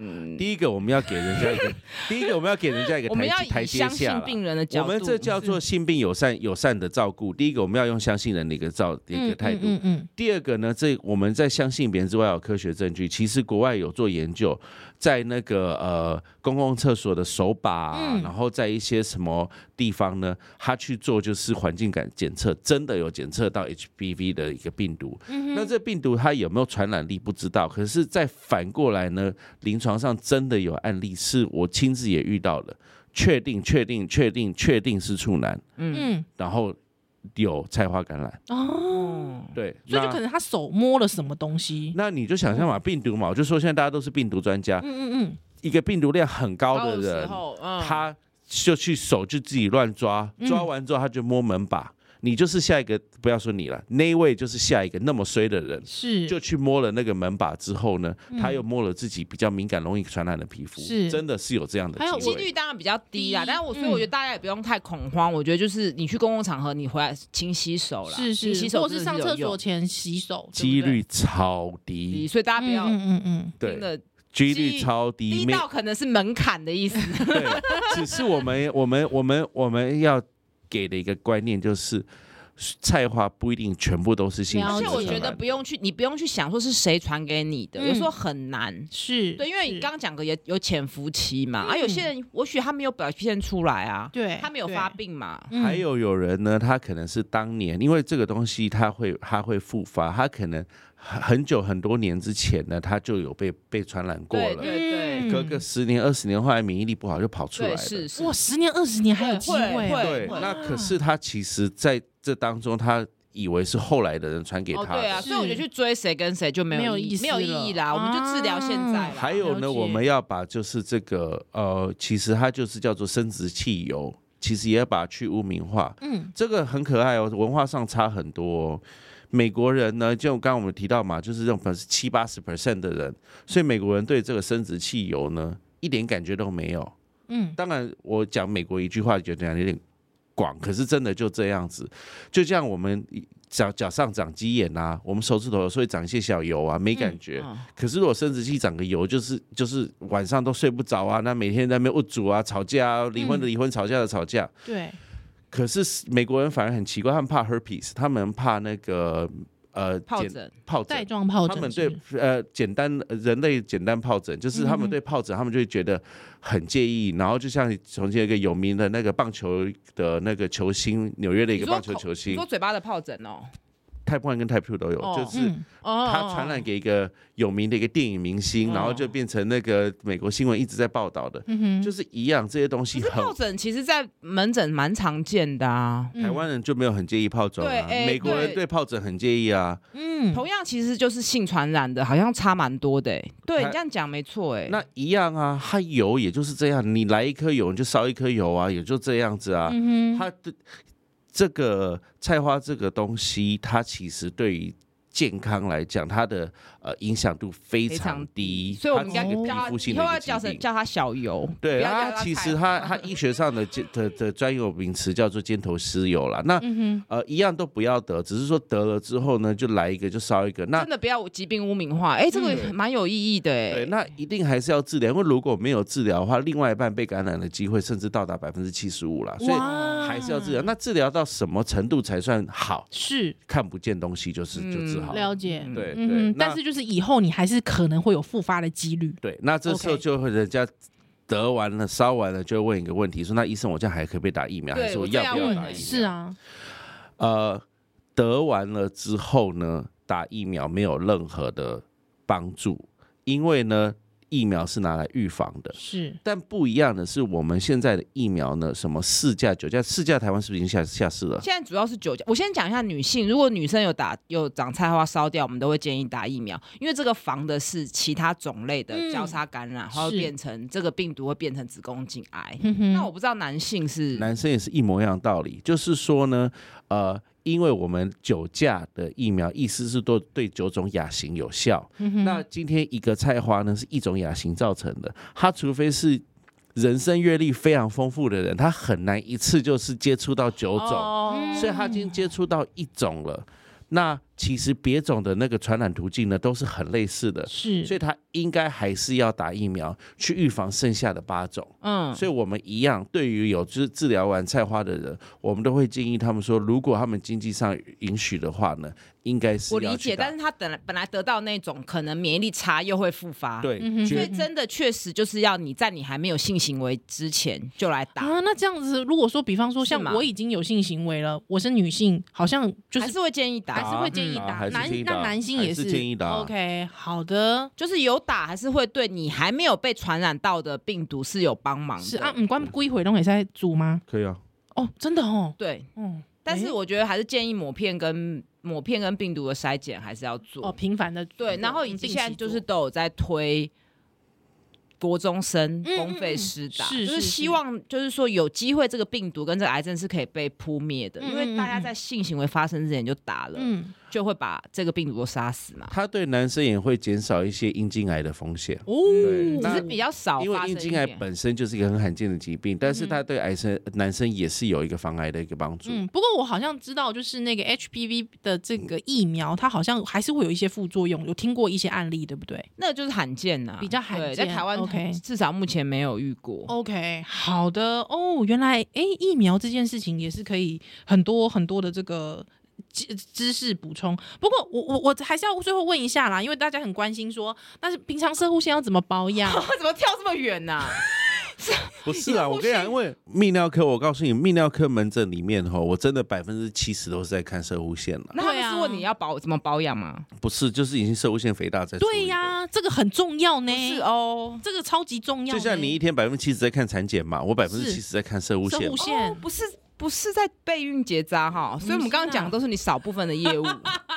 S2: 嗯，
S3: 第一个我们要给人家一 个，第一个我们要给人家一个
S2: 我们要
S3: 台阶台
S2: 以
S3: 阶
S2: 相信
S3: 下啦。
S2: 病人的角
S3: 我
S2: 度，嗯
S3: 们这叫做性病友善友善的照顾。第一个，我们要用相信人的一个照一个态度。
S1: 嗯嗯
S3: 第二个呢，这我们在相信别人之外有科学证据。其实国外有做研究，在那个呃公共厕所的手把啊、
S1: 嗯
S3: 然后在一些什么地方呢，他去做就是环境感检测，真的有检测到 HPV 的一个病毒。
S1: 嗯
S3: 那这病毒它有没有传染力不知道，可是再反过来呢，临床上真的有案例是我亲自也遇到了，确定确定确定确定是处男，
S2: 嗯，
S1: 嗯
S3: 然后有菜花感染，
S1: 哦，
S3: 对，
S1: 所以就
S3: 那
S1: 可能他手摸了什么东西。
S3: 那你就想象嘛，病毒嘛，我就说现在大家都是病毒专家，
S1: 嗯嗯嗯，
S3: 一个病毒量很高
S2: 高
S3: 的
S2: 的时
S3: 人，
S2: 候，嗯，
S3: 他就去手就自己乱抓，抓完之后他就摸门把，你就是下一个，不要说你了，那一位就是下一个那么衰的人。
S1: 是，
S3: 就去摸了那个门把之后呢，他又摸了自己比较敏感、容易传染的皮肤，
S1: 是
S3: 真的是有这样的
S1: 还有
S3: 机
S2: 几
S3: 会。
S2: 率当然比较低啦，
S1: 低
S2: 但是我所以
S1: 嗯
S2: 我觉得大家也不用太恐慌。我觉得就是你去公共场合，你回来勤洗手啦，
S1: 是
S2: 勤洗
S1: 是，
S2: 手
S1: 或
S2: 真
S1: 是
S2: 的
S1: 上
S2: 有
S1: 厕所
S2: 用
S1: 前洗手，对
S3: 几
S1: 不对
S3: 率超低，
S2: 所以大家不要
S1: 嗯嗯嗯
S3: 对
S2: 真，的
S3: 几率超低，
S2: 低
S3: 没
S2: 到可能是门槛的意思。
S3: 对，只是我们我们我们我们要给的一个观念就是，菜花不一定全部都是性
S1: 了
S2: 而
S3: 行
S1: 解
S2: 且
S3: 为
S2: 我觉
S3: 传
S2: 得
S3: 染
S2: 不用去，你不用去想说是谁传给你的，
S1: 嗯
S2: 有时候很难
S1: 嗯，。是
S2: 对，因为你
S1: 是
S2: 刚刚讲的也有潜伏期嘛，
S1: 嗯
S2: 啊，有些人或许他没有表现出来啊，
S1: 对
S2: 他没有发，病嘛，
S1: 对嗯
S3: 还有有人呢，他可能是当年，因为这个东西它会它会复发，他可能很很久很多年之前呢，他就有被被传染过
S2: 对
S3: 了，
S2: 对对
S1: 嗯
S3: 隔个十年二十年，后来免疫力不好就跑出来
S2: 对
S3: 了。
S2: 是是
S1: 哇，，十年二十年还有机
S2: 会
S1: 会啊，
S2: 会
S3: 对，
S2: 会
S3: 那可是他其实在这当中，他以为是后来的人传给
S2: 哦
S3: 他
S2: 对啊，
S3: 的。
S2: 所以我觉得去追谁跟谁就没
S1: 没有
S2: 意
S1: 意思
S2: 没有意义
S1: 了
S2: 啦，
S1: 啊
S2: 我们就治疗现在啦。
S3: 还有
S1: 了
S3: 呢，
S1: 解
S3: 我们要把就是这个呃，其实它就是叫做生殖器油，其实也要把它去污名化。
S1: 嗯，
S3: 这个很可爱哦，文化上差很多、哦。美国人呢，就刚刚我们提到嘛，就是这种七八十 percent 的人，所以美国人对这个生殖器油呢一点感觉都没有。
S1: 嗯，
S3: 当然我讲美国一句话，觉得有点广，可是真的就这样子。就像我们脚脚上长鸡眼啊，我们手指头有时候会长一些小油啊，没感觉。
S2: 嗯
S3: 可是如果生殖器长个油，就是就是晚上都睡不着啊，那每天在那边误主啊、吵架
S2: 嗯
S3: 啊，离婚的离婚，吵架的吵架。
S1: 对，
S3: 可是美国人反而很奇怪，他们怕 herpes，他们怕那个呃
S2: 疱
S3: 简
S2: 疹，
S3: 疱
S1: 带
S3: 疹。
S1: 状疱疹，
S3: 他们对呃简单呃人类简单疱疹，就是
S2: 嗯
S3: 他们对疱疹，他们就会觉得很介意。然后就像从前一个有名的那个棒球的那个球星，纽约的一
S2: 你
S3: 个
S2: 说
S3: 棒球
S2: 口
S3: 球
S2: 你
S3: 星
S2: 说嘴巴的疱疹哦，
S3: ，Type One 跟 Type Two 都有，
S2: 哦
S3: 就是
S1: 嗯，
S2: 哦
S3: 他传染给一个有名的一个电影明星，
S2: 哦
S3: 然后就变成那个美国新闻一直在报道的，
S1: 嗯哼，
S3: 就是一样这些东
S2: 可
S3: 西
S2: 是
S3: 很
S2: 疱疹其实，在门诊蛮常见的啊。
S1: 嗯
S3: 台湾人就没有很介意疱疹
S2: 对
S3: 啊，
S2: 哎
S3: 美国人
S2: 对
S3: 对疱疹很介意啊。
S1: 嗯，
S2: 同样，其实就是性传染的，好像差蛮多的、欸。对
S3: 它
S2: 你这样讲没错，哎，
S3: 那一样啊，它油也就是这样，你来一颗油你就烧一颗油啊，也就这样子啊。
S1: 嗯哼，
S3: 它的这个菜花这个东西，它其实对于健康来讲，它的呃影响度非
S2: 非常
S3: 常低，
S2: 所以我们应
S3: 它
S2: 该
S3: 是一个
S2: 叫
S3: 皮
S2: 他
S3: 肤性
S2: 以
S3: 的
S2: 后
S3: 一
S2: 要
S3: 个
S2: 叫
S3: 疾
S2: 成
S3: 病。
S2: 叫他小油，
S3: 对，
S2: 不要叫
S3: 它
S2: 它
S3: 其
S2: 菜
S3: 实它它医学上的尖的的专有名词叫做尖头湿疣啦。 那、
S1: 嗯
S3: 呃一样都不要得，只是说得了之后呢，就来一个就烧一个。那
S2: 真的不要疾病污名化，哎、这个
S3: 嗯
S2: 蛮有意义的、哎、
S3: 对，那一定还是要治疗，因为如果没有治疗的话，另外一半被感染的机会甚至到达百分之七十五啦，
S1: 哼，
S3: 啊所以
S1: 哇
S3: 还是要治疗。那治疗到什么程度才算好？
S1: 是
S3: 看不见东西就是就治好了。
S1: 了解，
S2: 嗯
S3: 对
S1: 嗯
S3: 对
S1: 哼，，但
S3: 那
S1: 是就是以后你还是可能会有复发的几率，
S3: 对，那这时候
S1: OK
S3: 就会人家得完了、烧完了，就会问一个问题：说那医生，我这样还可不可以打疫苗？
S2: 对
S3: 还是我
S2: 我正
S3: 要不
S2: 要
S3: 要
S2: 问
S3: 打疫苗？
S2: 呢
S1: 是，啊，
S3: 呃，得完了之后呢，打疫苗没有任何的帮助，因为呢，疫苗是拿来预防的。
S1: 是，
S3: 但不一样的是，我们现在的疫苗呢，什么四价、九价、四价，台湾是不是已经下下市了？
S2: 现在主要是酒驾。我先讲一下女性，如果女生有打有长菜花烧掉，我们都会建议打疫苗，因为这个防的是其他种类的
S1: 嗯
S2: 交叉感染，然后
S1: 是
S2: 变成这个病毒会变成子宫颈癌。
S1: 嗯哼
S2: 那我不知道男性是
S3: 男生也是一模一样的道理，就是说呢，呃，因为我们九价的疫苗意思是都对九种亚型有效。
S1: 嗯
S2: 嗯
S3: 那今天一个菜花呢是一种亚型造成的，它除非是人生阅历非常丰富的人，他很难一次就是接触到九种。
S2: 哦
S3: 所以他已经接触到一种了。那其实别种的那个传染途径呢，都是很类似的，
S1: 是，
S3: 所以他应该还是要打疫苗去预防剩下的八种。
S2: 嗯，
S3: 所以我们一样，对于有治治疗完菜花的人，我们都会建议他们说，如果他们经济上允许的话呢，应该是
S2: 我
S3: 要
S2: 理
S3: 去
S2: 解，
S3: 打
S2: 但是他本来本来得到那种可能免疫力差又会复发，，
S3: 对，
S1: 嗯哼
S2: 所以
S3: 绝
S2: 真的确实就是要你在你还没有性行为之前就来打，
S1: 啊，那这样子，如果说比方说
S2: 是
S1: 像
S2: 吗
S1: 我已经有性行为了，我是女性，好像就
S2: 还
S1: 是
S2: 是会建议打，
S1: 还是会建议
S2: 嗯
S3: 打
S1: 打
S3: 啊还是建
S1: 男
S3: 议打
S1: 那男性
S3: 还
S1: 也
S3: 是建议打
S1: OK，好的，
S2: 就是有打还是会对你还没有被传染到的病毒是有帮忙的，
S1: 是啊，嗯，关归回都也在煮吗？
S3: 可以啊。
S1: 哦，真的哦，
S2: 对。
S1: 嗯，
S2: 但是
S1: 诶
S2: 我觉得还是建议抹片跟抹片跟病毒的筛检还是要做，
S1: 哦频繁的嗯
S2: 对，然后以及现在就是都有在推国中生
S1: 嗯
S2: 公
S1: 嗯
S2: 费
S1: 嗯
S2: 施打，
S1: 是
S2: 就是希
S1: 是
S2: 望就是说有机会这个病毒跟这个癌症是可以被扑灭的，因
S1: 嗯嗯
S2: 为大
S1: 嗯
S2: 家
S1: 嗯
S2: 在性行为发生之前就打了，
S1: 嗯
S2: 就会把这个病毒都杀死嘛。
S3: 他对男生也会减少一些阴茎癌的风险。
S1: 哦，
S3: 对
S2: 只
S3: 那
S2: 是比较少
S3: 因
S2: 发生
S3: 为
S2: 一
S3: 阴茎癌
S2: 点。
S3: 本身就是一个很罕见的疾病，但是
S1: 嗯
S3: 它对癌生男生也是有一个防癌的一个帮助。
S1: 嗯，不过我好像知道，就是那个 HPV 的这个疫苗，它好像还是会有一些副作用，有听过一些案例，对不对
S2: 那个就是罕见呐、
S1: 比较罕
S2: 对在
S1: 见
S2: 台湾
S1: OK 哦
S2: 至少目前没有遇过。
S1: ？OK，好的哦，原来诶，疫苗这件事情也是可以很多很多的这个。知知识补充，不过我我我还是要最后问一下啦，因为大家很关心说，但是平常射护线要怎么保养？
S2: 怎么跳这么远呐、
S3: 不是啊，我跟你讲，因为泌尿科，我告诉你，泌尿科门诊里面哈，我真的百分之七十都是在看射物线了，
S2: 那他
S1: 对
S2: 们
S1: 啊
S2: 是问你要保怎么保养吗？
S3: 不是，就是已经射物线肥大在处理
S1: 对、
S3: 的
S1: 呀、这个很重要呢，
S2: 是哦，
S1: 这个超级重要呢。
S3: 啊就像你一天百分之七十在看产检嘛，我百分之七十在看射物
S1: 射
S3: 线
S1: 护
S3: 嘛，
S1: 线
S2: 哦，不是不是在备孕结扎哈，所以我们刚
S1: 啊
S2: 刚讲的都是你少部分 的业务。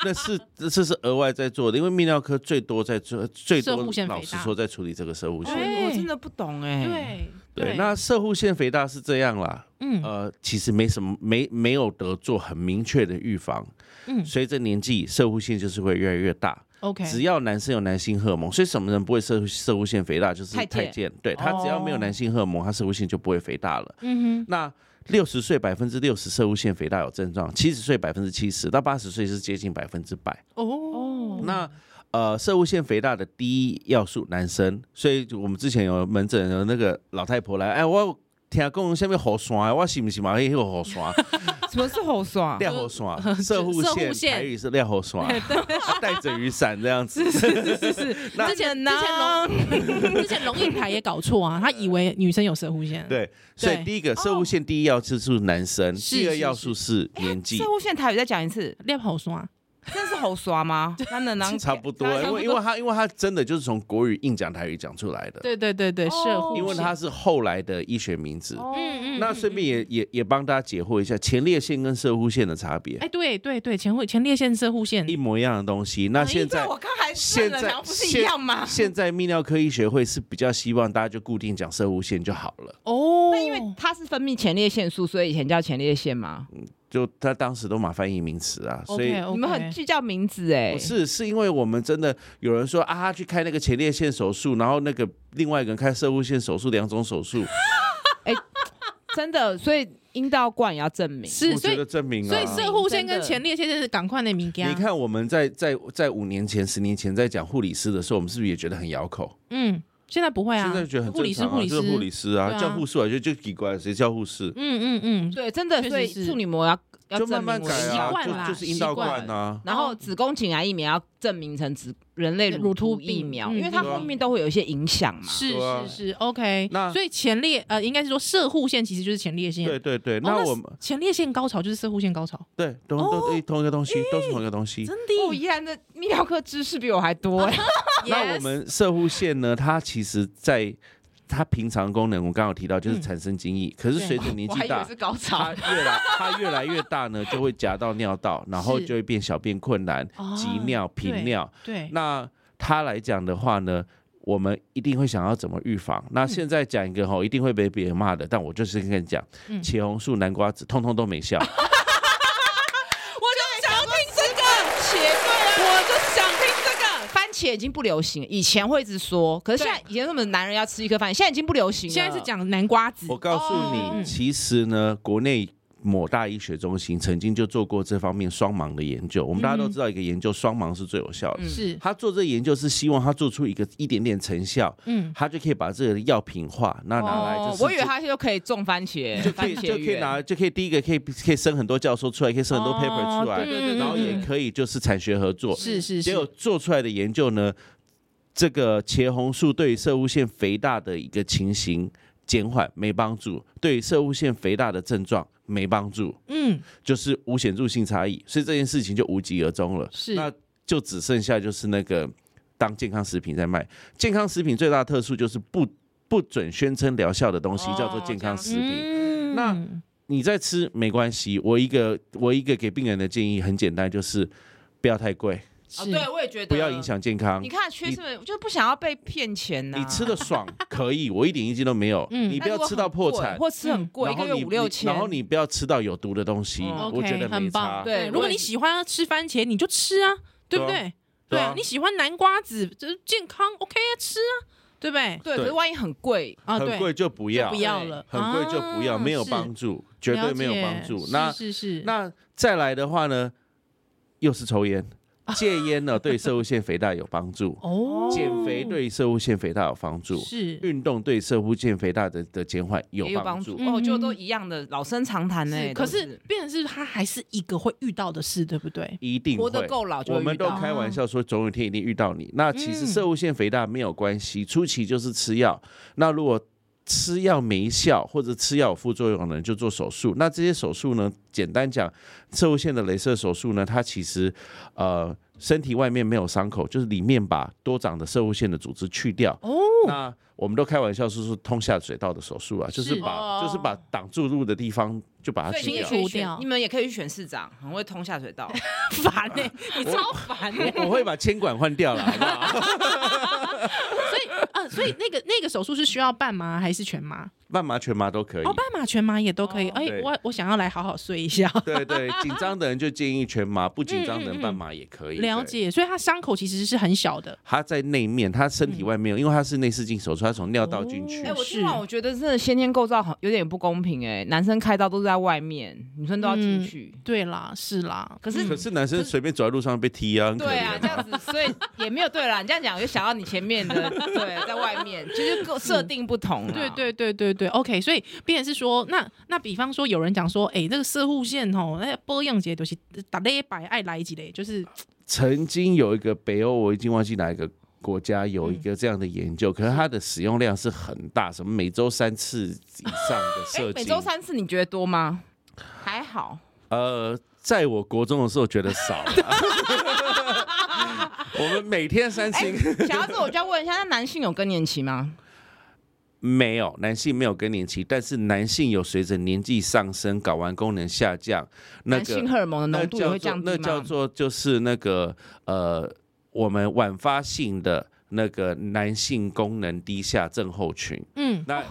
S3: 那是这这是额外在做的，因为泌尿科最多在做最
S1: 射
S3: 多
S1: 护线，肥大
S3: 老实说在处理这个射物
S1: 哦
S3: 线。
S1: 对
S2: 我真的不懂哎、
S1: 对
S3: 对，那射护线肥大是这样啦，
S1: 嗯
S3: 呃，其实没什么，没没有得做很明确的预防。
S1: 嗯
S3: 随着年纪，射护线就是会越来越大。
S1: ，OK，
S3: 只要男生有男性荷尔蒙，所以什么人不会射射物腺肥大？就是
S2: 太
S3: 太
S2: 监
S3: 监，对他只要没有男性荷尔蒙，他射物腺就不会肥大了。
S1: 哦嗯
S3: 那六十岁百分之六十射物腺肥大有症状，七十岁百分之七十到八十岁是接近百分之百。
S1: 哼，哦，
S3: 那呃，射物腺肥大的第一要素男生，所以我们之前有门诊有那个老太婆来，哎，我听讲下面好酸，我是不是嘛？那个好 酸？
S2: 什么是喉刷？
S3: 廖喉酸，射护
S1: 哦射
S3: 线
S1: 护线
S3: 台语是廖喉酸，啊带着雨伞 这样子。
S2: 是是，
S1: 之前之前龙 之前龙应台也搞错啊，他以为女生有射护线，，
S3: 对，所以
S1: 对哦
S3: 第一个射物线第一要素是男生，
S1: 是
S3: 第
S1: 是
S3: 二
S1: 哎
S3: 要素是年纪
S2: 射，护线台语再讲一次，
S1: 练好刷，
S2: 真的是喉刷吗？那能能
S3: 差不多，
S2: 差
S3: 因
S2: 不
S3: 为因为他因为他真的就是从国语硬讲台语讲出来的，
S1: 对对对对，
S2: 哦
S1: 射护线，
S3: 因为他是后来的医学名字。
S2: 哦
S1: 嗯，嗯嗯，
S3: 那顺便也也也帮大家解惑一下前列腺跟射护线的差别
S1: 哎，，对对对，前会前列腺射护线
S3: 一，模一样的东西。那现在
S2: 对我刚还
S3: 现
S2: 现
S3: 在
S2: 了，然后不是一样吗？
S3: 现在泌尿科医学会是比较希望大家就固定讲射护线就好了，
S1: 哦，
S2: 那因为它是分泌前列腺素，所以以前叫前列腺吗？
S3: 就他当时都马翻译名词啊，所以
S1: OK，
S2: 你们很聚焦名字哎、
S3: 不是，是因为我们真的有人说啊，他去开那个前列腺手术，然后那个另外一个人开射物腺手术，两种手术，
S2: 真的，所以阴道冠也要证明。
S1: 是
S3: 我
S1: 所
S3: 觉得
S1: 以
S3: 证明
S1: 所以
S3: 啊。
S1: 射护线
S2: 真的
S1: 跟前列腺就是赶快的敏
S3: 你
S1: 感，啊
S3: 看我们在在在五年前、十年前在讲护理师的时候，我们是不是也觉得很咬口？
S1: 嗯，现在不会啊，
S3: 现在觉得很
S1: 护理
S3: 正
S1: 师
S3: 常
S1: 护
S3: 啊，
S1: 理
S3: 就是护理
S1: 师，
S3: 师啊，
S1: 对啊
S3: 叫护士啊，就就奇怪，谁叫护士？
S1: 嗯嗯嗯，
S2: 对，真的，
S1: 确实
S2: 所以
S1: 是
S2: 处女膜要要
S3: 就
S2: 证
S3: 慢
S2: 明我
S3: 慢改
S2: 的阴
S1: 习
S2: 道
S1: 惯
S3: 啊，
S1: 啦
S3: 就就是阴道
S1: 习
S3: 冠
S1: 惯
S3: 啊。
S2: 然后子宫颈癌疫苗要证明成子人类
S1: 乳
S2: 乳
S1: 突
S2: 突
S1: 病
S2: 疫苗，
S1: 嗯
S2: 因为它
S3: 对啊
S2: 后面都会有一些影响嘛。
S1: 是
S3: 对啊
S1: 是是，OK。
S3: 那
S1: 所以前列呃，应该是说射护线其实就是前列腺。
S3: 对
S1: 哦，
S3: 对对，那我们
S1: 前列腺高潮就是哦射护线高潮，
S3: 对都都都同一个东西，都是同一个东西。
S2: 哦，依然的泌尿科知识比我还多 哎、
S3: 那我们射护线呢？它其实在它平常功能，我刚刚有提到，就是
S1: 嗯
S3: 产生精液。可是
S1: 对
S3: 随着年
S2: 我
S3: 纪
S2: 还以为
S3: 大，
S2: 是高
S3: 它
S2: 潮。
S3: 越来它越来越大呢，就会夹到尿道，然后
S1: 是
S3: 就会变小便困难、
S1: 哦
S3: 急尿、频尿。
S1: 对，
S3: 那它来讲的话呢？我们一定会想要怎么预防？
S2: 嗯
S3: 那现在讲一个吼，一定会被别人骂的，但我就是跟你讲，
S1: 嗯
S2: 啊
S3: 茄红素、南瓜子，通通都没效。
S1: 我 啊
S2: 且已经不流行，以前会一直说，可是现在以前什么男人要吃一颗饭，现在已经不流行了。
S1: 现在是讲南瓜子
S3: 我，告诉你，
S1: 哦
S3: 其实呢，国内。某大医学中心曾经就做过这方面双盲的研究。我们大家都知道，一个研究双盲是最有效的。
S2: 嗯
S1: 是
S3: 他做这个研究是希望他做出一个一点点成效，
S1: 嗯，
S3: 他就可以把这个药品化，那拿来就是
S2: 哦，我以为他就可以种番茄，
S3: 就可
S2: 番
S3: 以
S2: 茄
S3: 就可以
S2: 园
S3: 拿就可以第一个可以可以生很多教授出来，可以生很多
S2: 哦
S3: paper 出来，
S2: 对对对
S3: 然后也
S1: 嗯
S3: 可以就是产学合作。
S1: 是是
S3: 结
S1: 是
S3: 果，做出来的研究呢，这个茄红素对于射物腺肥大的一个情形减缓没帮助，对于射物腺肥大的症状没帮助，
S1: 嗯
S3: 就是无显著性差异，所以这件事情就无疾而终了。
S1: 是
S3: 那就只剩下就是那个当健康食品在卖，健康食品最大的特殊就是不不准宣称疗效的东西
S2: 哦
S3: 叫做健康食品。
S1: 嗯
S3: 那啊
S1: 嗯
S3: 你在吃没关系，我一个我一个给病人的建议很简单，就是不要太贵，
S2: 哦，
S1: 是
S2: 对，我也觉得
S3: 不要影。响健康
S2: 你。看，缺什么？我就不想要被骗钱呐。
S3: 你吃的爽可以，我一点意见都没有。
S1: 嗯
S3: 你
S2: 但
S3: 不要
S2: 如果
S3: 吃到
S2: 很
S3: 破
S2: 贵
S3: 产，嗯
S2: 或吃很贵，
S3: 然
S2: 一个
S3: 后
S2: 月
S3: 你
S2: 五六
S3: 你
S2: 千。
S3: 然后你不要吃到有毒的东西，
S2: 嗯
S3: 我觉
S1: OK，
S3: 得
S1: 很
S3: 没
S1: 棒。
S3: 差。
S2: 对
S1: 如果你喜欢吃番茄，你就吃啊，对不
S3: 对啊
S1: 对？
S3: 对
S1: 对
S3: 啊
S1: 啊，你喜欢南瓜子，这健康 OK 啊，吃啊，对不对？
S2: 对，
S3: 对
S2: 可是万一很贵，
S1: 啊，
S3: 很
S1: 对，
S3: 贵就不要
S1: 不，要了，
S3: 很贵就不要，
S1: 啊
S3: 没有
S1: 是
S3: 帮助，绝
S1: 了
S3: 对没有
S1: 解
S3: 帮助。
S1: 是
S3: 那
S1: 是是，
S3: 那再来的话呢，又是抽烟，戒烟呢对射物腺肥大有帮助，
S1: 哦，
S3: 减肥对射物腺肥大有帮助，
S1: 是
S3: 运动对射物腺肥大的的减缓有
S2: 也有
S3: 帮
S2: 帮
S3: 助
S2: 助。。
S1: 嗯
S2: 哦，就都一样的，老生常谈呢。
S1: 是，可
S2: 都
S1: 是变成是它还是一个会遇到的事，对不对？
S3: 一定
S2: 活得
S3: 会。
S2: 够啊老就
S3: 我
S2: 会
S3: 们
S2: 遇
S3: 都
S2: 到
S3: 开玩笑说，总有一天一定遇到你。那其实
S1: 嗯
S3: 射物腺肥大没有关系，初期就是吃药。那如果吃药没效或者吃药有副作用的人，就做手术。那这些手术呢，简单讲，射物腺的镭射手术呢，它其实呃身体外面没有伤口，就是里面把多长的射物腺的组织去掉。
S1: 哦，
S3: 那我们都开玩笑说是通下水道的手术啊，就
S1: 是
S3: 是把
S2: 哦
S3: 就是把挡住路的地方就把它
S2: 所以
S3: 去
S2: 你也
S3: 掉
S1: 清。
S2: 可以
S1: 除
S2: 选
S1: 掉
S2: 你们也可以去选市长，很会通下水 道，
S1: 烦欸呢、
S2: 你超烦欸。
S3: 我我会把铅管换掉了，好不好？
S1: 所以啊，所以那个那个手术是需要半麻还是全麻？
S3: 半麻全麻都可以。
S1: 哦，半麻全麻也都可以。
S2: 哦
S1: 哎、
S3: 对
S1: 我我想要来好好睡一下。
S3: 对对，紧张的人就建议全麻，不紧张
S2: 嗯
S3: 的人半麻也 可以。
S1: 了
S3: 对。
S1: 解，所以它伤口其实是很小的。
S3: 他在内面，他身体外面，因为他是内视镜手术，他从尿道进去
S1: 哦
S2: 嗯哎、。我
S1: 是
S2: 听完我觉得真的先天构造很有点不公平哎、男生开刀都是在外面，女生都要进去。
S1: 对啦，是啦，可
S2: 是
S3: 可是男生随便走在路上被踢啊，很可
S2: 对啊，这
S3: 怜
S2: 样
S3: 啊。
S2: 子，所 以也没有对啦。你这样讲，我就想到你前面 的，对，在外面，其实各设定不同
S3: 嗯
S2: 啦。
S1: 对对对对对，OK，所以变成是说，那那比方说有人讲说，哎、这个射护线吼，那波样节都是打勒百爱来几嘞，就是
S3: 曾经有一个北欧，我已经忘记哪一个国家有一
S2: 嗯
S3: 个这样的研究，可是它的使用量是很大，什么每周三次以上的
S2: 哎、
S3: 射
S2: 每
S3: 精。
S2: 周三次，你觉得多吗？还 好，
S3: 呃，在我国中的时候觉得 少了。 我们每天三
S2: 哎
S3: 次应该
S2: 想要这我就要问一下，那男性有更年期吗？
S3: 没有，男性没有更年期，但是男性有随着年纪上升，睾丸功能下降，那
S2: 男性
S3: 个
S2: 荷尔蒙的
S3: 那
S2: 浓度也
S3: 叫
S2: 会降
S3: 做
S2: 低吗？
S3: 那叫做就是那个呃，我们晚发性的那个男性功能低下症候 群。
S1: 嗯，
S3: 那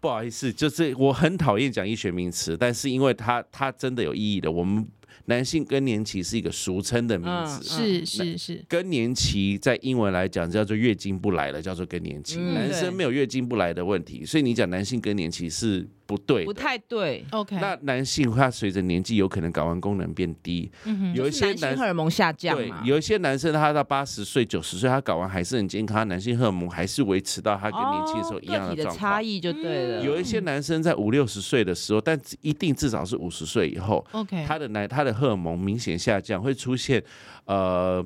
S3: 不好意思，就是我很讨厌讲医学名词，但是因为它它真的有意义的，我们男性更年期是一个俗称的名词。
S2: 嗯
S1: 是是是，
S3: 更年期在英文来讲叫做月经不来了，叫做更年期。
S2: 嗯
S3: 男生
S2: 对
S3: 没有月经不来的问题，所以你讲男性更年期是不对
S2: 不
S3: 的。
S2: 太对，
S1: OK，
S3: 那男性他随着年纪有可能睾丸功能变低，
S1: 嗯哼
S3: 有一
S2: 就是
S3: 些
S2: 男性
S3: 男
S2: 荷尔蒙下降
S3: 对
S2: 嘛。
S3: 有一些男生他到八十岁、九十岁，他睾丸还是很健康，他男性荷尔蒙还是维持到他跟年轻的时候一样
S2: 哦个体的
S3: 状
S2: 差
S3: 况。
S2: 异就对了。
S3: 有一些男生在五六十岁的时候，但一定至少是五十岁以后，
S1: OK，
S3: 他的奶他的荷尔蒙明显下降，会出现呃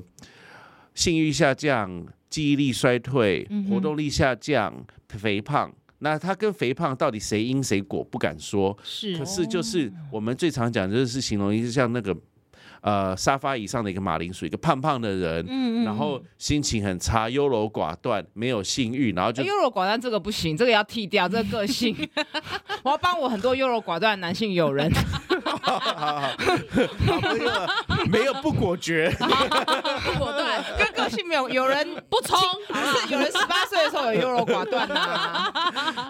S3: 性欲下降、记忆力衰退、
S1: 嗯哼
S3: 活动力下降、肥胖。那他跟肥胖到底谁因谁果不敢说，
S1: 是，
S3: 可是就是我们最常讲就是形容一个像那个呃沙发椅上的一个马铃薯，一个胖胖的人，
S1: 嗯
S3: 然后心情很差，优柔寡断，没有性欲，然后 就
S2: 哎优柔寡断这个不行，这个要剃掉，这个个性。我要帮我很多优柔寡断的男性友 人，
S3: 没有不果决，
S2: 果断跟个游戏没有，有人
S4: 不冲，
S2: 不是 有人十八岁的时候有优柔寡断 啊，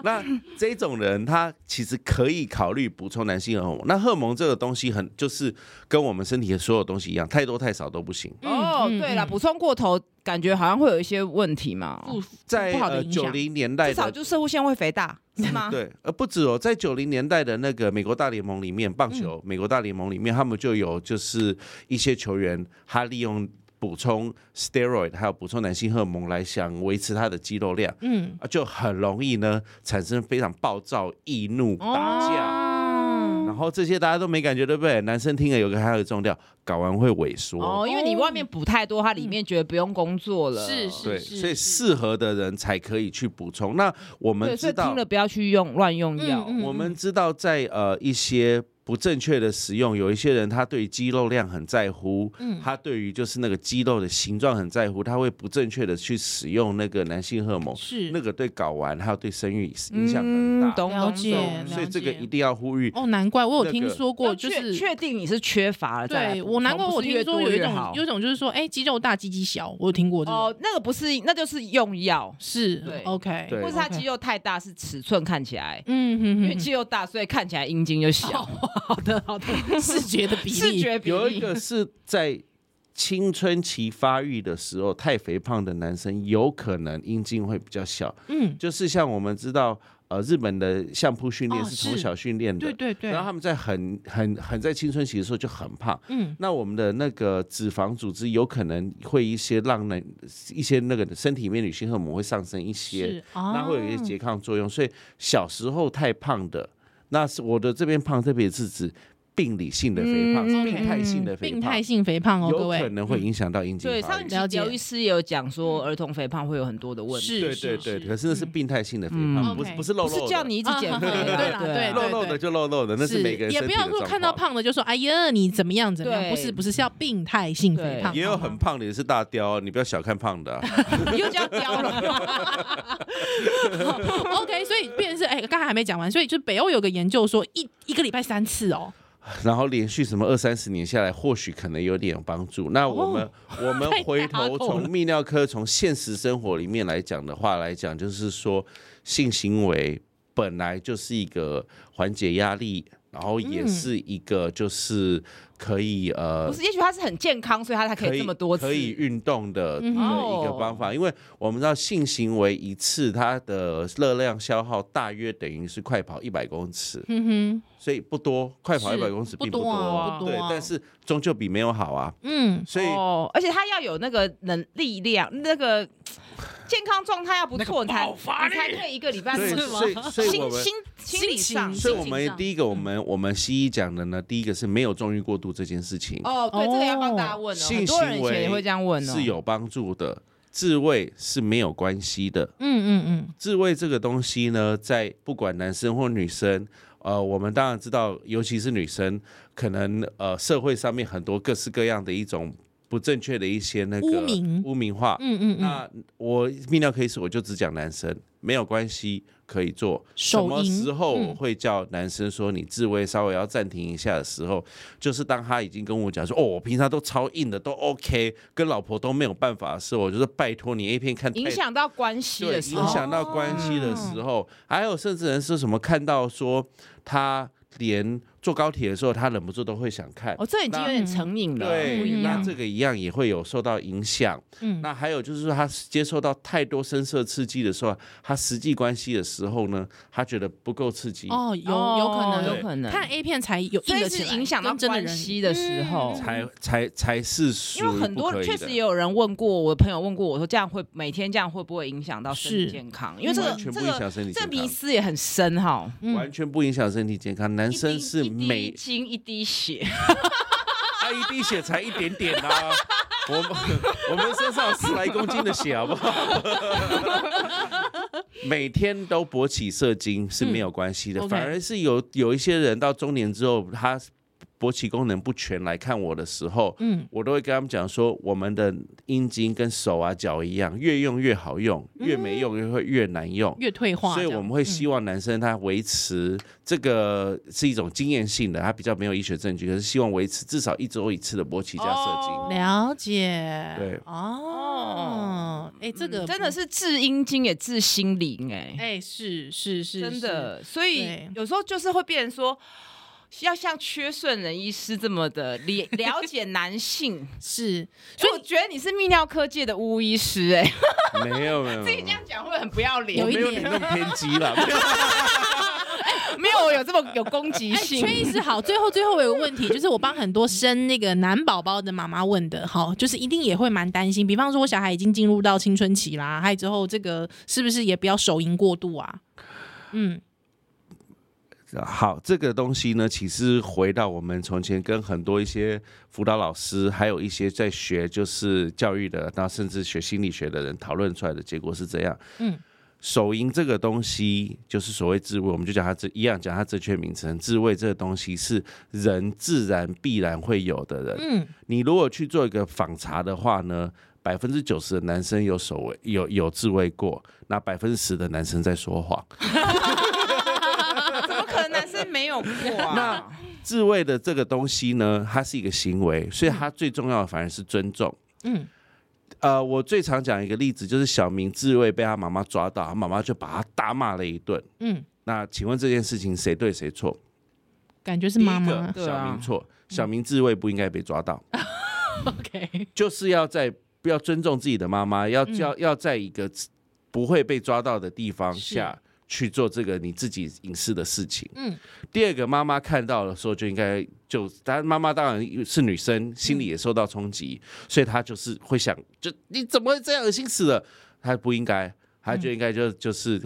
S3: 那这种人，他其实可以考虑补充男性荷尔蒙。那荷尔蒙这个东西很，就是跟我们身体的所有东西一样，太多太少都不
S1: 嗯
S3: 行。
S2: 哦，对了，补充过头，感觉好像会有一些问题嘛。哦
S1: 不
S3: 在
S1: 不好的
S3: 呃
S1: 影响啊
S3: 九零年代
S2: 至少
S3: 的
S2: 就射物线会肥大，是吗？
S3: 对，呃，不止哦，在九零年代的那个美国大联盟里面，棒
S1: 嗯
S3: 球、美国大联盟里面，他们就有就是一些球员，他利用补充 steroid 还有补充男性荷尔蒙来想维持他的肌肉量，
S1: 嗯，
S3: 啊，就很容易呢产生非常暴躁、易怒、打
S1: 哦
S3: 架。然后这些大家都没感觉，对不对？男生听了有个还有重调，睾丸会萎缩。
S2: 哦，因为你外面补太多，它里面觉得不用工作了。
S1: 是是
S3: 对，所以适合的人才可以去补充。那我们
S2: 对，所
S3: 知
S2: 以
S3: 道
S2: 听了不要去用乱用药。
S1: 嗯嗯
S3: 我们知道在，呃一些不正确的使用，有一些人他对肌肉量很在乎，
S1: 嗯
S3: 他对于就是那个肌肉的形状很在乎，他会不正确的去使用那个男性荷尔蒙，
S1: 是
S3: 那个对睾丸还有对生育
S2: 嗯
S3: 影响很大。
S2: 懂
S1: 了
S2: 懂
S1: 解
S2: 懂。
S3: 所以这个
S1: 了解
S3: 一定要呼吁。
S1: 哦，难怪我有听
S3: 那个
S1: 说过，
S2: 要
S1: 就
S2: 确
S1: 是
S2: 确定你是缺乏
S3: 啊
S2: 了，再来
S1: 对
S2: 补
S1: 我难怪
S2: 充
S1: 我
S2: 不是
S1: 听
S2: 越
S1: 说
S2: 多
S1: 有一
S2: 越
S1: 种
S2: 好
S1: 有一种就是说，哎，肌肉大，鸡鸡小，我有听过这个，
S2: 哦，那个不是，那就是用药，
S1: 是
S2: 对
S1: OK，
S3: 对
S2: 或是他肌肉太大，是尺寸看起来，
S1: 嗯哼
S2: 因
S1: 哼
S2: 为肌肉大，所以看起来阴茎就小，
S1: 哼，视 觉的比例，
S2: 视觉比
S3: 有一
S2: 例。
S3: 个是在青春期发育的时候，太肥胖的男生有可能阴茎会比较小，
S1: 嗯，
S3: 就是像我们知道，呃，日本的相扑训练
S1: 哦
S3: 是从
S1: 是
S3: 小训练的
S1: 对，对对
S3: 然，后他们在很很很在青春期的时候就很胖，
S1: 嗯
S3: 那我们的那个脂肪组织有可能会一些让人一些那个身体里面女性荷尔蒙会上升一些，
S1: 是啊，
S3: 那会有一些拮抗作用，所以小时候太胖的，那是我的这边胖，特别是指病理性的肥
S1: 嗯
S3: 胖，是病态性的肥
S1: 病
S3: 胖，
S1: 态性肥胖哦，各
S3: 有
S1: 位
S3: 可能会
S1: 嗯
S3: 影响到阴茎
S2: 对，
S3: 发
S2: 上
S3: 育。
S1: 了
S2: 集
S1: 解
S2: 刘医师也有讲说，儿童肥胖会有很多的问题，
S1: 是
S3: 对对对，可是那是病态性的肥胖，
S1: 嗯
S3: 不是
S1: OK
S3: 不是肉
S2: 不
S3: 肉的，
S2: 是叫你一直减
S1: 啊
S2: 肥啦，
S1: 对啦对
S2: 啊
S3: 肉肉的就肉肉的，那是每个人
S1: 也
S3: 身
S1: 不
S3: 体
S1: 要
S3: 的
S1: 说
S3: 状
S1: 看到
S3: 况
S1: 胖的就说哎呀你怎么样怎么样，
S2: 对
S1: 不是不是是要病态性肥
S2: 对
S1: 胖，
S3: 也有
S1: 好吗
S3: 很胖的，也是大雕，你不要小看胖的啊、
S2: 又叫雕了。
S1: OK，所以变成是哎，刚才还没讲完，所以就北欧有个研究说一一个礼拜三次哦，
S3: 然后连续什么二三十年下来，或许可能有点帮助。
S2: 哦
S3: 那 我们、我们回头从泌尿科从现实生活里面来讲的话来讲，就是说性行为本来就是一个缓解压力，然后也是一个就是可以、呃
S2: 嗯不是，也许他是很健康，所以他才可以这么多哦次。嗯
S3: 可以运动的一个
S2: 哼
S3: 一个方法，因为我们知道性行为一次它的热量消耗大约等于是快跑一百公尺，
S1: 嗯
S3: 所以不多，快
S1: 哼，
S3: 跑一百公尺并
S1: 不
S3: 多
S1: 多啊，
S2: 啊
S1: 不
S3: 对
S1: 多啊，，
S3: 但是终究比没有好啊。
S1: 嗯，
S3: 所以
S2: 哦，而且他要有那个能力量，那个健康状态要不错，你才你才可以一个礼拜
S3: 对，
S2: 四
S3: 所以所以我
S2: 心
S3: 们，
S2: 心心理
S1: 心
S2: 上
S1: 情
S3: 所以我
S1: 心情
S3: 们
S1: 上
S3: 第一个，我们我们西医讲的呢，第一个是没有纵欲过度这件事情，
S2: 哦，对，这个要帮大家问哦，
S3: 性
S2: 很多人
S3: 行
S2: 以前
S3: 为
S2: 也会这样问哦，
S3: 是有帮助的，自慰是没有关系的。
S1: 嗯嗯嗯，
S3: 自慰这个东西呢，在不管男生或女生，呃，我们当然知道，尤其是女生，可能呃社会上面很多各式各样的一种不正确的一些那个
S1: 污名
S3: 污名化。
S1: 嗯嗯嗯，
S3: 那我泌尿科医师我就只讲男生，没有关系，可以做。什
S1: 手
S3: 么
S1: 淫
S3: 时候
S1: 嗯
S3: 我会叫男生说你自慰稍微要暂停一下的时候，就是当他已经跟我讲说哦，我平常都超硬的，都 OK，跟老婆都没有办法的时候，我就是拜托你 A 片看太
S2: 影响到关系
S3: 对
S2: 的时
S3: 影
S2: 候，嗯
S3: 响到关系的时候，还有甚至人是什么看到说他连坐高铁的时候，他忍不住都会想看。
S2: 哦，这已经有点成瘾了，
S3: 对，
S2: 不一
S3: 那
S2: 样。
S3: 这个一样也会有受到影响。
S1: 嗯
S3: 那还有就是说，他接受到太多声色刺激的时候，他实际关系的时候呢，他觉得不够刺激，
S1: 哦，有有可
S2: 哦
S1: 能，
S2: 有可能
S1: 看 A 片才有
S2: 所
S1: 硬
S2: 以
S1: 得起
S2: 是
S1: 来
S2: 影响到
S1: 跟真的
S2: 关
S1: 人
S2: 系的时候，
S3: 嗯才才才是属
S2: 因为
S3: 于
S2: 很
S3: 不
S2: 多
S3: 可以
S2: 确
S3: 的
S2: 实也有人问过，我朋友问过我说，这样会每天这样会不会影响到身体
S1: 是
S2: 健康？因为这个
S3: 完全
S2: 这
S3: 不影
S2: 个
S3: 响身体
S2: 这个
S3: 健
S2: 迷
S3: 康，
S2: 思也很深哈。
S1: 嗯
S3: 完全不影响身体健康。男生是
S2: 一滴一滴
S3: 每
S2: 精一滴血，
S3: 他一滴血才一点点啊。我们我们身上有十来公斤的血，好不 好？每天都勃起射精是没有关系的，
S1: 嗯，OK
S3: 反而是有有一些人到中年之后，他勃起功能不全来看我的时候，
S1: 嗯，
S3: 我都会跟他们讲说，我们的阴茎跟手啊脚一样，越用越好用，越没
S1: 嗯
S3: 用越会越难用。
S1: 越退化
S3: 所
S1: 这
S3: 以
S1: 样，嗯
S3: 我们会希望男生他维持这个是一种经验性的，他比较没有医学证据，可是希望维持至少一周一次的勃起加射精。
S2: 哦
S1: 了解，
S3: 对
S1: 哦。哎，这个
S2: 真的是治阴茎也治心灵哎、
S1: 哎，是是是，
S2: 真
S1: 是
S2: 的。所以
S1: 对
S2: 有时候就是会变成说，要像缺顺人医师这么的了了解男性。
S1: 是，
S2: 所以我觉得你是泌尿科界的巫医师哎、
S3: 没有没有，
S2: 自己这样讲会很不要脸。
S1: 有
S3: 没
S1: 一
S3: 有你那么偏激 了。没有
S2: 没有我有这么有攻击
S1: 哎，
S2: 性
S1: 崔。医师好，最后最后我有个问题，就是我帮很多生那个男宝宝的妈妈问的，好，就是一定也会蛮担心，比方说我小孩已经进入到青春期啦，还有之后这个是不是也不要手淫过度啊？嗯，
S3: 好，这个东西呢，其实回到我们从前跟很多一些辅导老师，还有一些在学就是教育的，那甚至学心理学的人讨论出来的结果是这样。
S1: 嗯，
S3: 手淫这个东西就是所谓自慰，我们就讲它这一样讲它正确名称。自慰这个东西是人自然必然会有的人。
S1: 嗯，
S3: 你如果去做一个访查的话呢，百分之九十的男生有手为有有自慰过，那百分之十的男生在说谎。
S2: 怎么可能男生没有过 啊？
S3: 自慰的这个东西呢，它是一个行为，所以它最重要的反而是尊重。
S1: 嗯，
S3: 呃，我最常讲一个例子，就是小明自慰被他妈妈抓到，他妈妈就把他大骂了一顿。
S1: 嗯，
S3: 那请问这件事情谁对谁错？
S1: 感觉是妈
S3: 第一
S1: 妈嗯
S3: 个
S2: 对
S3: 小
S2: 啊
S3: 明错，小明自慰不应该被抓到，
S1: ，OK，
S3: 就是要在不要尊重自己的妈妈，要要
S1: 嗯
S3: 要在一个不会被抓到的地方
S1: 是
S3: 下去做这个你自己隐私的事情。
S1: 嗯，
S3: 第二个，妈妈看到的时候就应该就，但妈妈当然是女生，心里也受到冲击，
S1: 嗯
S3: 所以她就是会想，就你怎么会这样，恶心死了！她不应该，她就应
S1: 嗯
S3: 该就、就是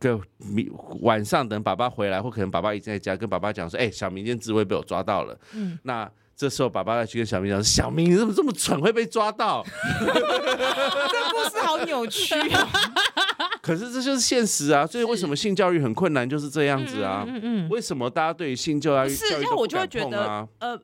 S3: 跟明晚上等爸爸回来，或可能爸爸已经在家，跟爸爸讲说，哎、小明今天自慰被我抓到了。
S1: 嗯，
S3: 那这时候爸爸再去跟小明讲，小明你怎么这么蠢，会被抓到？
S2: 这故事好扭曲啊！
S3: 可是这就是现实啊，所以为什么性教育很困难，就是这样子啊。
S1: 嗯嗯，
S3: 为什么大家对于性教育
S2: 不是
S3: 教育
S2: 像我
S3: 都不
S2: 就会
S3: 敢
S2: 觉
S3: 碰
S2: 得
S3: 啊？
S2: 呃，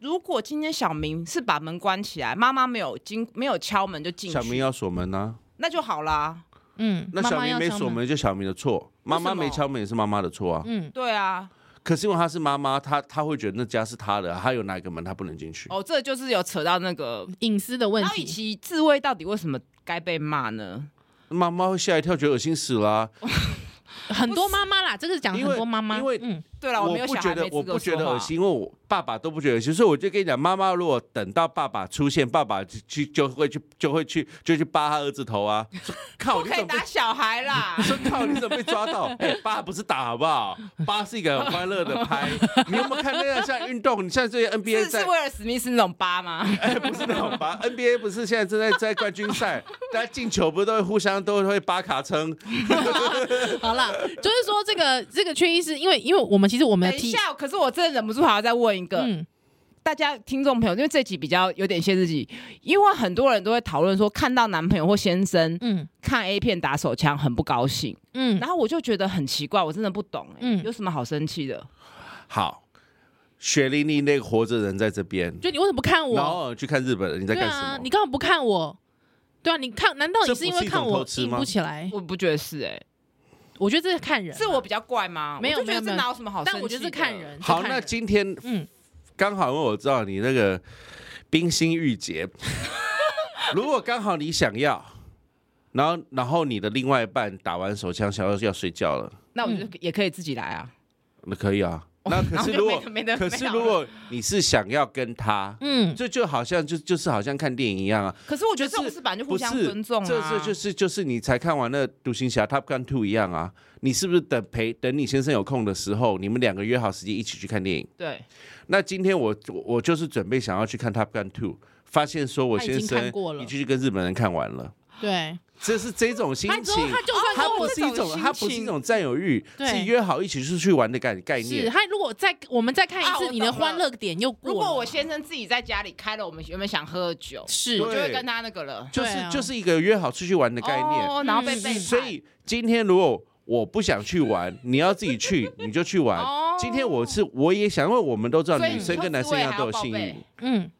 S2: 如果今天小明是把门关起来，妈妈没有经没有敲门就进
S3: 小明
S2: 去，
S3: 要锁门啊，
S2: 那就好啦。
S1: 嗯，
S3: 那
S1: 妈
S3: 小
S1: 妈
S3: 明
S1: 要
S3: 没
S1: 敲
S3: 锁门就小明的错，妈妈
S2: 为什么
S3: 没敲门也是妈妈的错啊。
S1: 嗯，
S2: 对啊，
S3: 可是因为她是妈妈，她她会觉得那家是她的，她有哪一个门她不能进去？
S2: 哦，这就是有扯到那个
S1: 隐私的问
S2: 高
S1: 题，
S2: 以奇自慰到底为什么该被骂呢？
S3: 妈妈会吓一跳，觉得恶心死了啊、
S1: 很多妈妈啦，这个讲
S3: 因
S1: 很
S3: 为
S1: 多妈妈，
S3: 因为
S1: 嗯，
S2: 对了，没有
S3: 我不
S2: 小
S3: 觉
S2: 孩
S3: 得
S2: 没，资
S3: 我
S2: 格
S3: 不觉得
S2: 说
S3: 恶
S2: 话
S3: 心，因为我爸爸都不觉得恶心，所以我就跟你讲，妈妈如果等到爸爸出现，爸爸就去就会去就会去就去扒他儿子头啊！ 说靠，
S2: 不
S3: 你
S2: 可
S3: 怎
S2: 以
S3: 么被。
S2: 打小孩啦
S3: 说靠，你怎么被抓到？ 哎、爸不是打好不好？爸是一个很欢乐的拍，你有没有看那个像运动？你像这些 NBA
S2: 是
S3: 在
S2: 是威尔史密斯那种疤吗？
S3: 哎，不是那种吧？NBA 不是现在正在在冠军赛，大家进球不是都会互相都会扒卡称？
S1: 好啦，就是说这个这个缺医师，因为因为我们其实我们
S2: 等
S1: 的
S2: 一
S1: T，
S2: 下，可是我真的忍不住还要再问一个，
S1: 嗯。
S2: 大家听众朋友，因为这集比较有点限制级，因为很多人都会讨论说，看到男朋友或先生
S1: 嗯
S2: 看 A 片打手枪很不高兴，
S1: 嗯
S2: 然后我就觉得很奇怪，我真的不懂、欸，
S1: 嗯
S2: 有什么好生气的？
S3: 好，血淋淋那个活着人在这边，
S1: 就你为什么不看
S3: 然
S1: 我？
S3: 后去看日本人你在
S1: 对
S3: 干什么？
S1: 啊，你干嘛不看我？对啊，你看，难道你是因为看
S3: 这
S1: 我
S3: 不是一种偷吃
S1: 硬
S3: 吗
S1: 不起来？
S2: 我不觉得是、欸，
S1: 我觉得这是看人
S2: 哎，
S1: 啊，
S2: 是我比较怪吗？
S1: 没有
S2: 我
S1: 没
S2: 就觉得
S1: 有
S2: 这哪有什么好生气的？
S1: 但我觉得是看人。
S3: 好，
S1: 是看
S3: 那
S1: 人
S3: 今天
S1: 嗯
S3: 刚好因为我知道你那个冰心玉洁， 如果刚好你想要，然后然后你的另外一半打完手枪想要要睡觉了，
S2: 那我觉得也可以自己来啊。
S3: 那可以啊。那可是如果
S2: 哦 然后就没得没得
S3: 可是
S2: 没得
S3: 如果你是想要跟他，
S1: 嗯
S3: 这就好像就就是好像看电影一样啊，
S2: 可是我觉得这种
S3: 就是
S2: 事本来就
S3: 不
S2: 互
S3: 是，
S2: 相尊重啊。
S3: 这这就是就是你才看完那《独行侠》Top Gun Two 一样啊，你是不是等陪等你先生有空的时候，你们两个约好时间一起去看电影？
S2: 对，
S3: 那今天我我我就是准备想要去看 Top Gun Two，发现说我
S1: 他已经
S3: 先生
S1: 看过了
S3: 你去跟日本人看完了，
S1: 对，
S3: 这是这种心
S1: 他之
S3: 情
S1: 后。他就算
S3: 它
S1: 跟
S3: 不
S1: 我
S3: 是一种，它不是一种占有欲，
S1: 对
S3: 是约好一起出去玩的概概
S1: 是，
S3: 念。
S1: 他如果再我们再看
S2: 啊
S1: 一
S2: 我
S1: 次，
S2: 懂
S1: 你的欢乐点又过
S2: 如
S1: 了。
S2: 果我先生自己在家里开了我们原本想喝的酒，
S1: 是
S2: 我
S3: 对
S2: 就会跟他那个了。
S3: 就是、
S1: 对啊
S3: 就是一个约好出去玩的概念。
S2: 哦，然后被背叛。
S3: 所以今天如果我不想去 玩，你要自己去，你就去玩。
S2: 哦
S3: 今天我是我也想，因为我们都知道
S2: 所以
S3: 女生跟男生一样都有性
S2: 你说自慰
S3: 欲
S2: 还要报。
S1: 嗯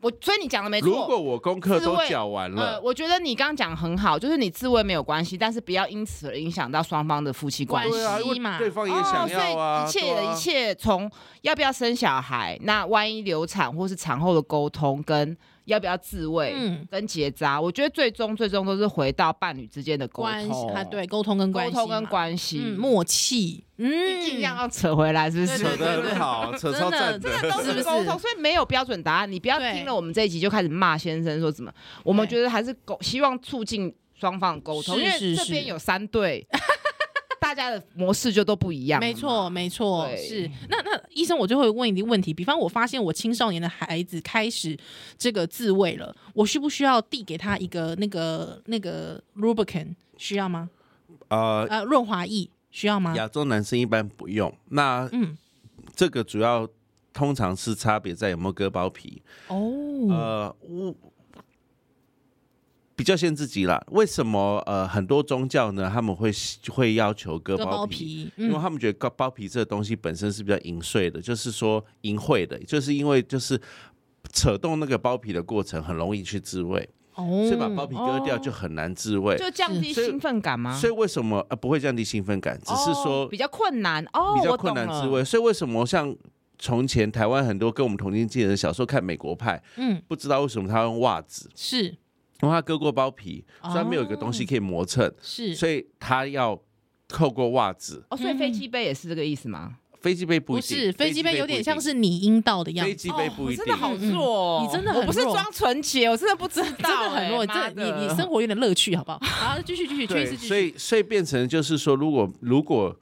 S2: 我所以你讲的没错。
S3: 如果我功课都讲完
S2: 呃，
S3: 了，
S2: 我觉得你刚刚讲很好，就是你自慰没有关系，但是不要因此而影响到双方的夫妻关系。
S3: 对啊，因
S1: 关系嘛
S3: 为对方也想要啊，
S2: 哦、所以一切
S3: 对
S2: 的、
S3: 啊
S2: 一切，从要不要生小孩，那万一流产或是产后的沟通，跟要不要自慰
S1: 嗯，
S2: 跟结扎，我觉得最终最终都是回到伴侣之间的沟
S1: 关系
S2: 通，
S1: 啊，对，沟通跟关
S2: 沟
S1: 系
S2: 通跟
S1: 嘛
S2: 关系，
S1: 嗯默契，嗯，
S2: 尽量要扯回来，是不
S1: 对
S3: 扯
S2: 是？
S1: 对
S3: 得很好，扯超赞
S1: 真的
S2: 都
S1: 是不
S2: 是
S1: 是
S2: 沟通，所以没有标准答案。你不要
S1: 对
S2: 听了我们这一集就开始骂先生说怎么，我们觉得还是沟，希望促进双方沟通，
S1: 是
S2: 因
S1: 是
S2: 为这
S1: 是
S2: 边有三对， 大家的模式就都不一样。
S1: 没错，，没错，
S2: 对
S1: 是。那那医生，我就会问一个问题，比方我发现我青少年的孩子开始这个自慰了，我需不需要递给他一个那个那个 lubricant？需要吗？
S3: 呃，
S1: 呃，润滑液需要吗？
S3: 亚洲男生一般不用，那
S1: 嗯，
S3: 这个主要通常是差别在有没有割包皮。
S1: 哦，
S3: 呃，我比较限制级啦。为什么呃很多宗教呢他们会会要求割
S1: 割
S3: 包
S1: 包
S3: 皮？
S1: 皮，
S3: 因为
S1: 嗯，
S3: 他们觉得割包皮这个东西本身是比较淫秽的，就是说淫秽的，就是因为就是扯动那个包皮的过程很容易去自慰，
S1: 哦
S3: 所以把包皮割掉就很难自慰。
S2: 就降低
S3: 所以
S2: 兴奋感吗？
S3: 所以为什么呃不会降低兴奋感？只是说
S2: 啊哦比较困难哦，
S3: 比较
S2: 我
S3: 困
S2: 懂
S3: 难自
S2: 了
S3: 慰。所以为什么像从前台湾很多跟我们同年纪的人小时候看美国派，
S1: 嗯，
S3: 不知道为什么他用袜子，
S1: 是
S3: 因为他割过包皮，
S1: 哦
S3: 所以他没有一个东西可以磨蹭，
S1: 是，
S3: 所以他要透过袜子。
S2: 哦，所以
S1: 嗯
S2: 飞机杯也是这个意思吗？
S3: 飞机杯不
S1: 不
S3: 一定，
S1: 是飞机杯有
S3: 不一
S1: 点
S3: 定
S1: 像是你阴道的样
S3: 飞
S1: 子，
S3: 机杯不
S2: 我
S3: 一定
S2: 真的。好弱
S1: 嗯，
S2: 哦
S1: 你真的很
S2: 我不是
S1: 弱
S2: 装纯洁，我真的不知道欸，
S1: 真的很弱。
S2: 妈
S1: 这你你
S2: 的
S1: 生活有点乐趣，好不好？好，继续继续，
S3: 对
S1: 继，续继
S3: 所
S1: 续。
S3: 以所以变成就是说，如果如果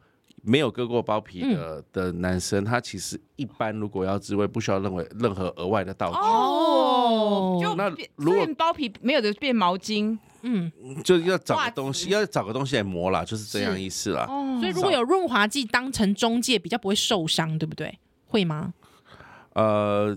S3: 没有割过包皮的、的男生，他其实一般如果要自慰，不需要任何任何额外的道具，
S2: 哦
S1: 哦，
S2: 就
S3: 那
S2: 变
S3: 如果
S2: 所以包皮没有的变毛巾
S1: 嗯，
S3: 就是要找
S2: 袜
S3: 个
S2: 子
S3: 东西，要找个东西来磨啦，就是这样
S1: 是
S3: 意思啦。
S2: 哦
S1: 所以如果有润滑剂当成中介，比较不会受伤，对不对？会吗？
S3: 呃，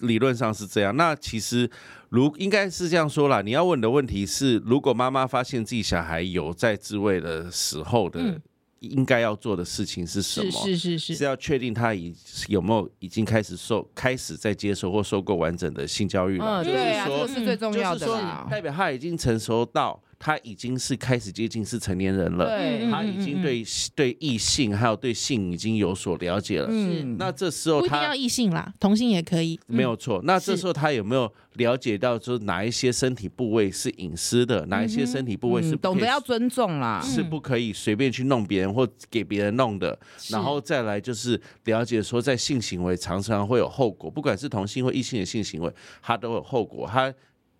S3: 理论上是这样。那其实如应该是这样说啦，你要问的问题是，如果妈妈发现自己小孩有在自慰的时候的，
S1: 嗯
S3: 应该要做的事情是啊什么？
S1: 是是是是，
S3: 要确定他已有没有已经开始受开始在接受或受过完整的性教育
S2: 嗯，
S3: 了，就是
S2: 对啊，这
S3: 说
S2: 个是最重要
S3: 就是
S2: 的
S3: 说
S2: 啦。
S3: 代表他已经成熟到他已经是开始接近是成年人了，
S2: 对，
S1: 嗯
S3: 他已经对对异性还有对性已经有所了解了。
S2: 嗯，
S3: 那这时候
S1: 不一定
S3: 他
S1: 要异性啦，同性也可以。
S3: 嗯
S1: 嗯
S3: 没有错。那这
S1: 是
S3: 时候他有没有了解到，就是哪一些身体部位是隐私的，哪一些身体部位是
S2: 嗯
S3: 不可以
S2: 懂得要尊重啦。
S3: 是
S1: 嗯
S3: 不可以随便去弄别人或给别人弄的？
S1: 是
S3: 然后再来就是了解说，在性行为常常会有后果，不管是同性或异性的性行为，它都有后果。它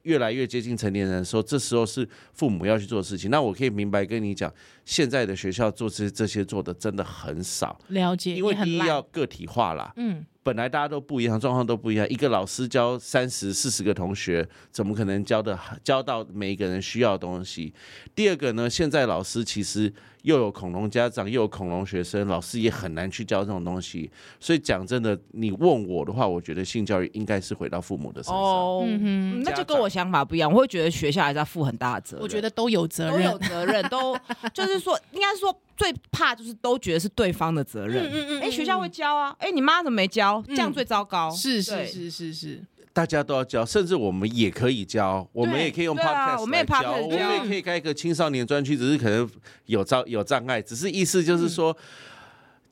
S3: 越来越接近成年人的时候，这时候是父母要去做的事情。那我可以明白跟你讲，现在的学校做这这些做的真的很少，
S1: 了解，
S3: 因为
S1: 也
S3: 第
S1: 很
S3: 一
S1: 烂
S3: 要个体化啦，
S1: 嗯，
S3: 本来大家都不一样，状况都不一样。一个老师教三十四十个同学，怎么可能教的教到每一个人需要的东西？第二个呢，现在老师其实又有恐龙家长，又有恐龙学生，老师也很难去教这种东西。所以讲真的，你问我的话，我觉得性教育应该是回到父母的身上。
S2: 哦，
S1: 嗯哼
S2: 嗯那
S3: 家
S2: 就
S3: 长
S2: 跟我想法不一样，我会觉得学校还是要负很大的责任。
S1: 我觉得都有责
S2: 都有
S1: 任。
S2: 责任，都就是说，应该说最怕就是都觉得是对方的责任。
S1: 嗯嗯
S2: 哎，学校会教啊，哎，你妈怎么没教？这样
S1: 嗯
S2: 最糟糕。
S1: 是
S2: 对
S1: 是是是是，
S3: 大家都要教，甚至我们也可以教，我们也可以用
S2: 对
S3: podcast
S2: 啊
S3: 来教，
S2: 我们也 podcast
S3: 我们
S2: 教
S3: 也可以开一个青少年专区，只是可能有障有障碍，只是意思就是说，
S1: 嗯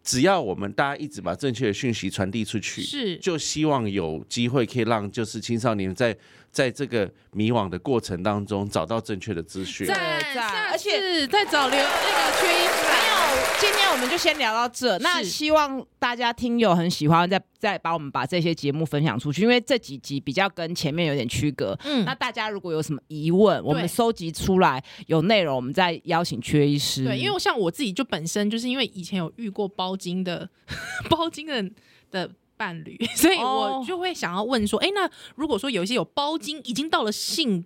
S3: 只要我们大家一直把正确的讯息传递出去，
S1: 是
S3: 就希望有机会可以让就是青少年在在这个迷惘的过程当中找到正确的资讯。
S1: 赞
S2: 赞
S1: 赞，
S2: 而且
S1: 再找留那个缺衣服
S2: 没
S1: 来。
S2: 有，今天我们就先聊到这。那
S1: 是
S2: 希望大家听友很喜欢，再再把我们把这些节目分享出去，因为这几集比较跟前面有点区隔。
S1: 嗯
S2: 那大家如果有什么疑问，我们收集出来有内容，我们再邀请缺医师。
S1: 对，因为像我自己就本身就是因为以前有遇过包金的 包金的的伴侣， 所以
S2: 哦
S1: 我就会想要问说，哎、那如果说有一些有包金已经到了性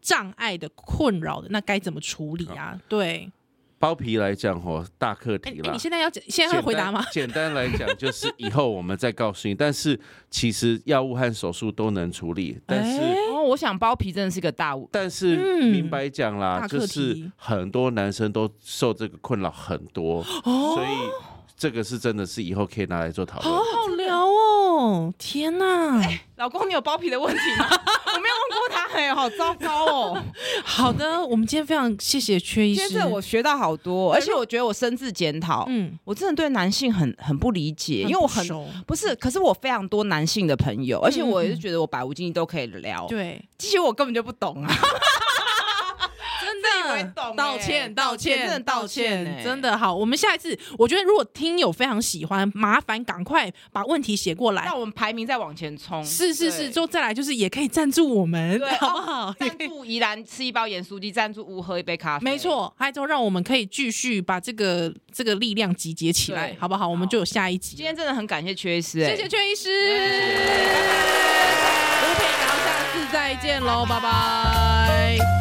S1: 障碍的困扰的，那该怎么处理啊？对，
S3: 包皮来讲哦，大课
S1: 哎、
S3: 题
S1: 哎
S3: 啦。
S1: 你现在要讲现在要回答吗？
S3: 简单？简单来讲，就是以后我们再告诉你。但是其实药物和手术都能处理，但是、
S1: 哎
S2: 哦，我想包皮真的是个大
S3: 但是
S1: 嗯
S3: 明白讲啦，
S1: 大课
S3: 就
S1: 题
S3: 是很多男生都受这个困扰很多，
S1: 哦
S3: 所以这个是真的是以后可以拿来做讨
S1: 好
S3: 论。
S1: 好聊哦，天哪！
S2: 老公，你有包皮的问题吗？我没有问过他、对，好糟糕哦！
S1: 好的，我们今天非常谢谢缺医
S2: 今天
S1: 师
S2: 这。我学到好多，而且我觉得我深自检讨，
S1: 嗯，
S2: 我真的对男性很很不理解，因为我很
S1: 熟
S2: 不是，可是我非常多男性的朋友，而且我也
S1: 嗯
S2: 是
S1: 嗯
S2: 觉得我百无禁忌都可以聊，
S1: 对，
S2: 其实我根本就不懂 啊。
S1: 真
S2: 以
S1: 的
S2: 为懂
S1: 道
S2: 欸
S1: 歉，
S2: 道
S1: 道
S2: 歉
S1: 歉，
S2: 真的道歉欸
S1: 真的好。我们下一次，我觉得如果听友非常喜欢，麻烦赶快把问题写过来
S2: 那。我们排名再往前冲，
S1: 是是是，
S2: 对
S1: 之后再来就是也可以赞助我们
S2: 对，，
S1: 好不好
S2: 哦？赞助宜兰吃一包盐酥鸡，赞助乌喝一杯咖啡，
S1: 没。错，还之后让我们可以继续把这个这个力量集结起来
S2: 对，
S1: 好不好？我们就有下一集。
S2: 今天真的很感谢哎缺医师、
S1: 谢谢阙医师，吴佩瑶，下次再见喽，拜拜。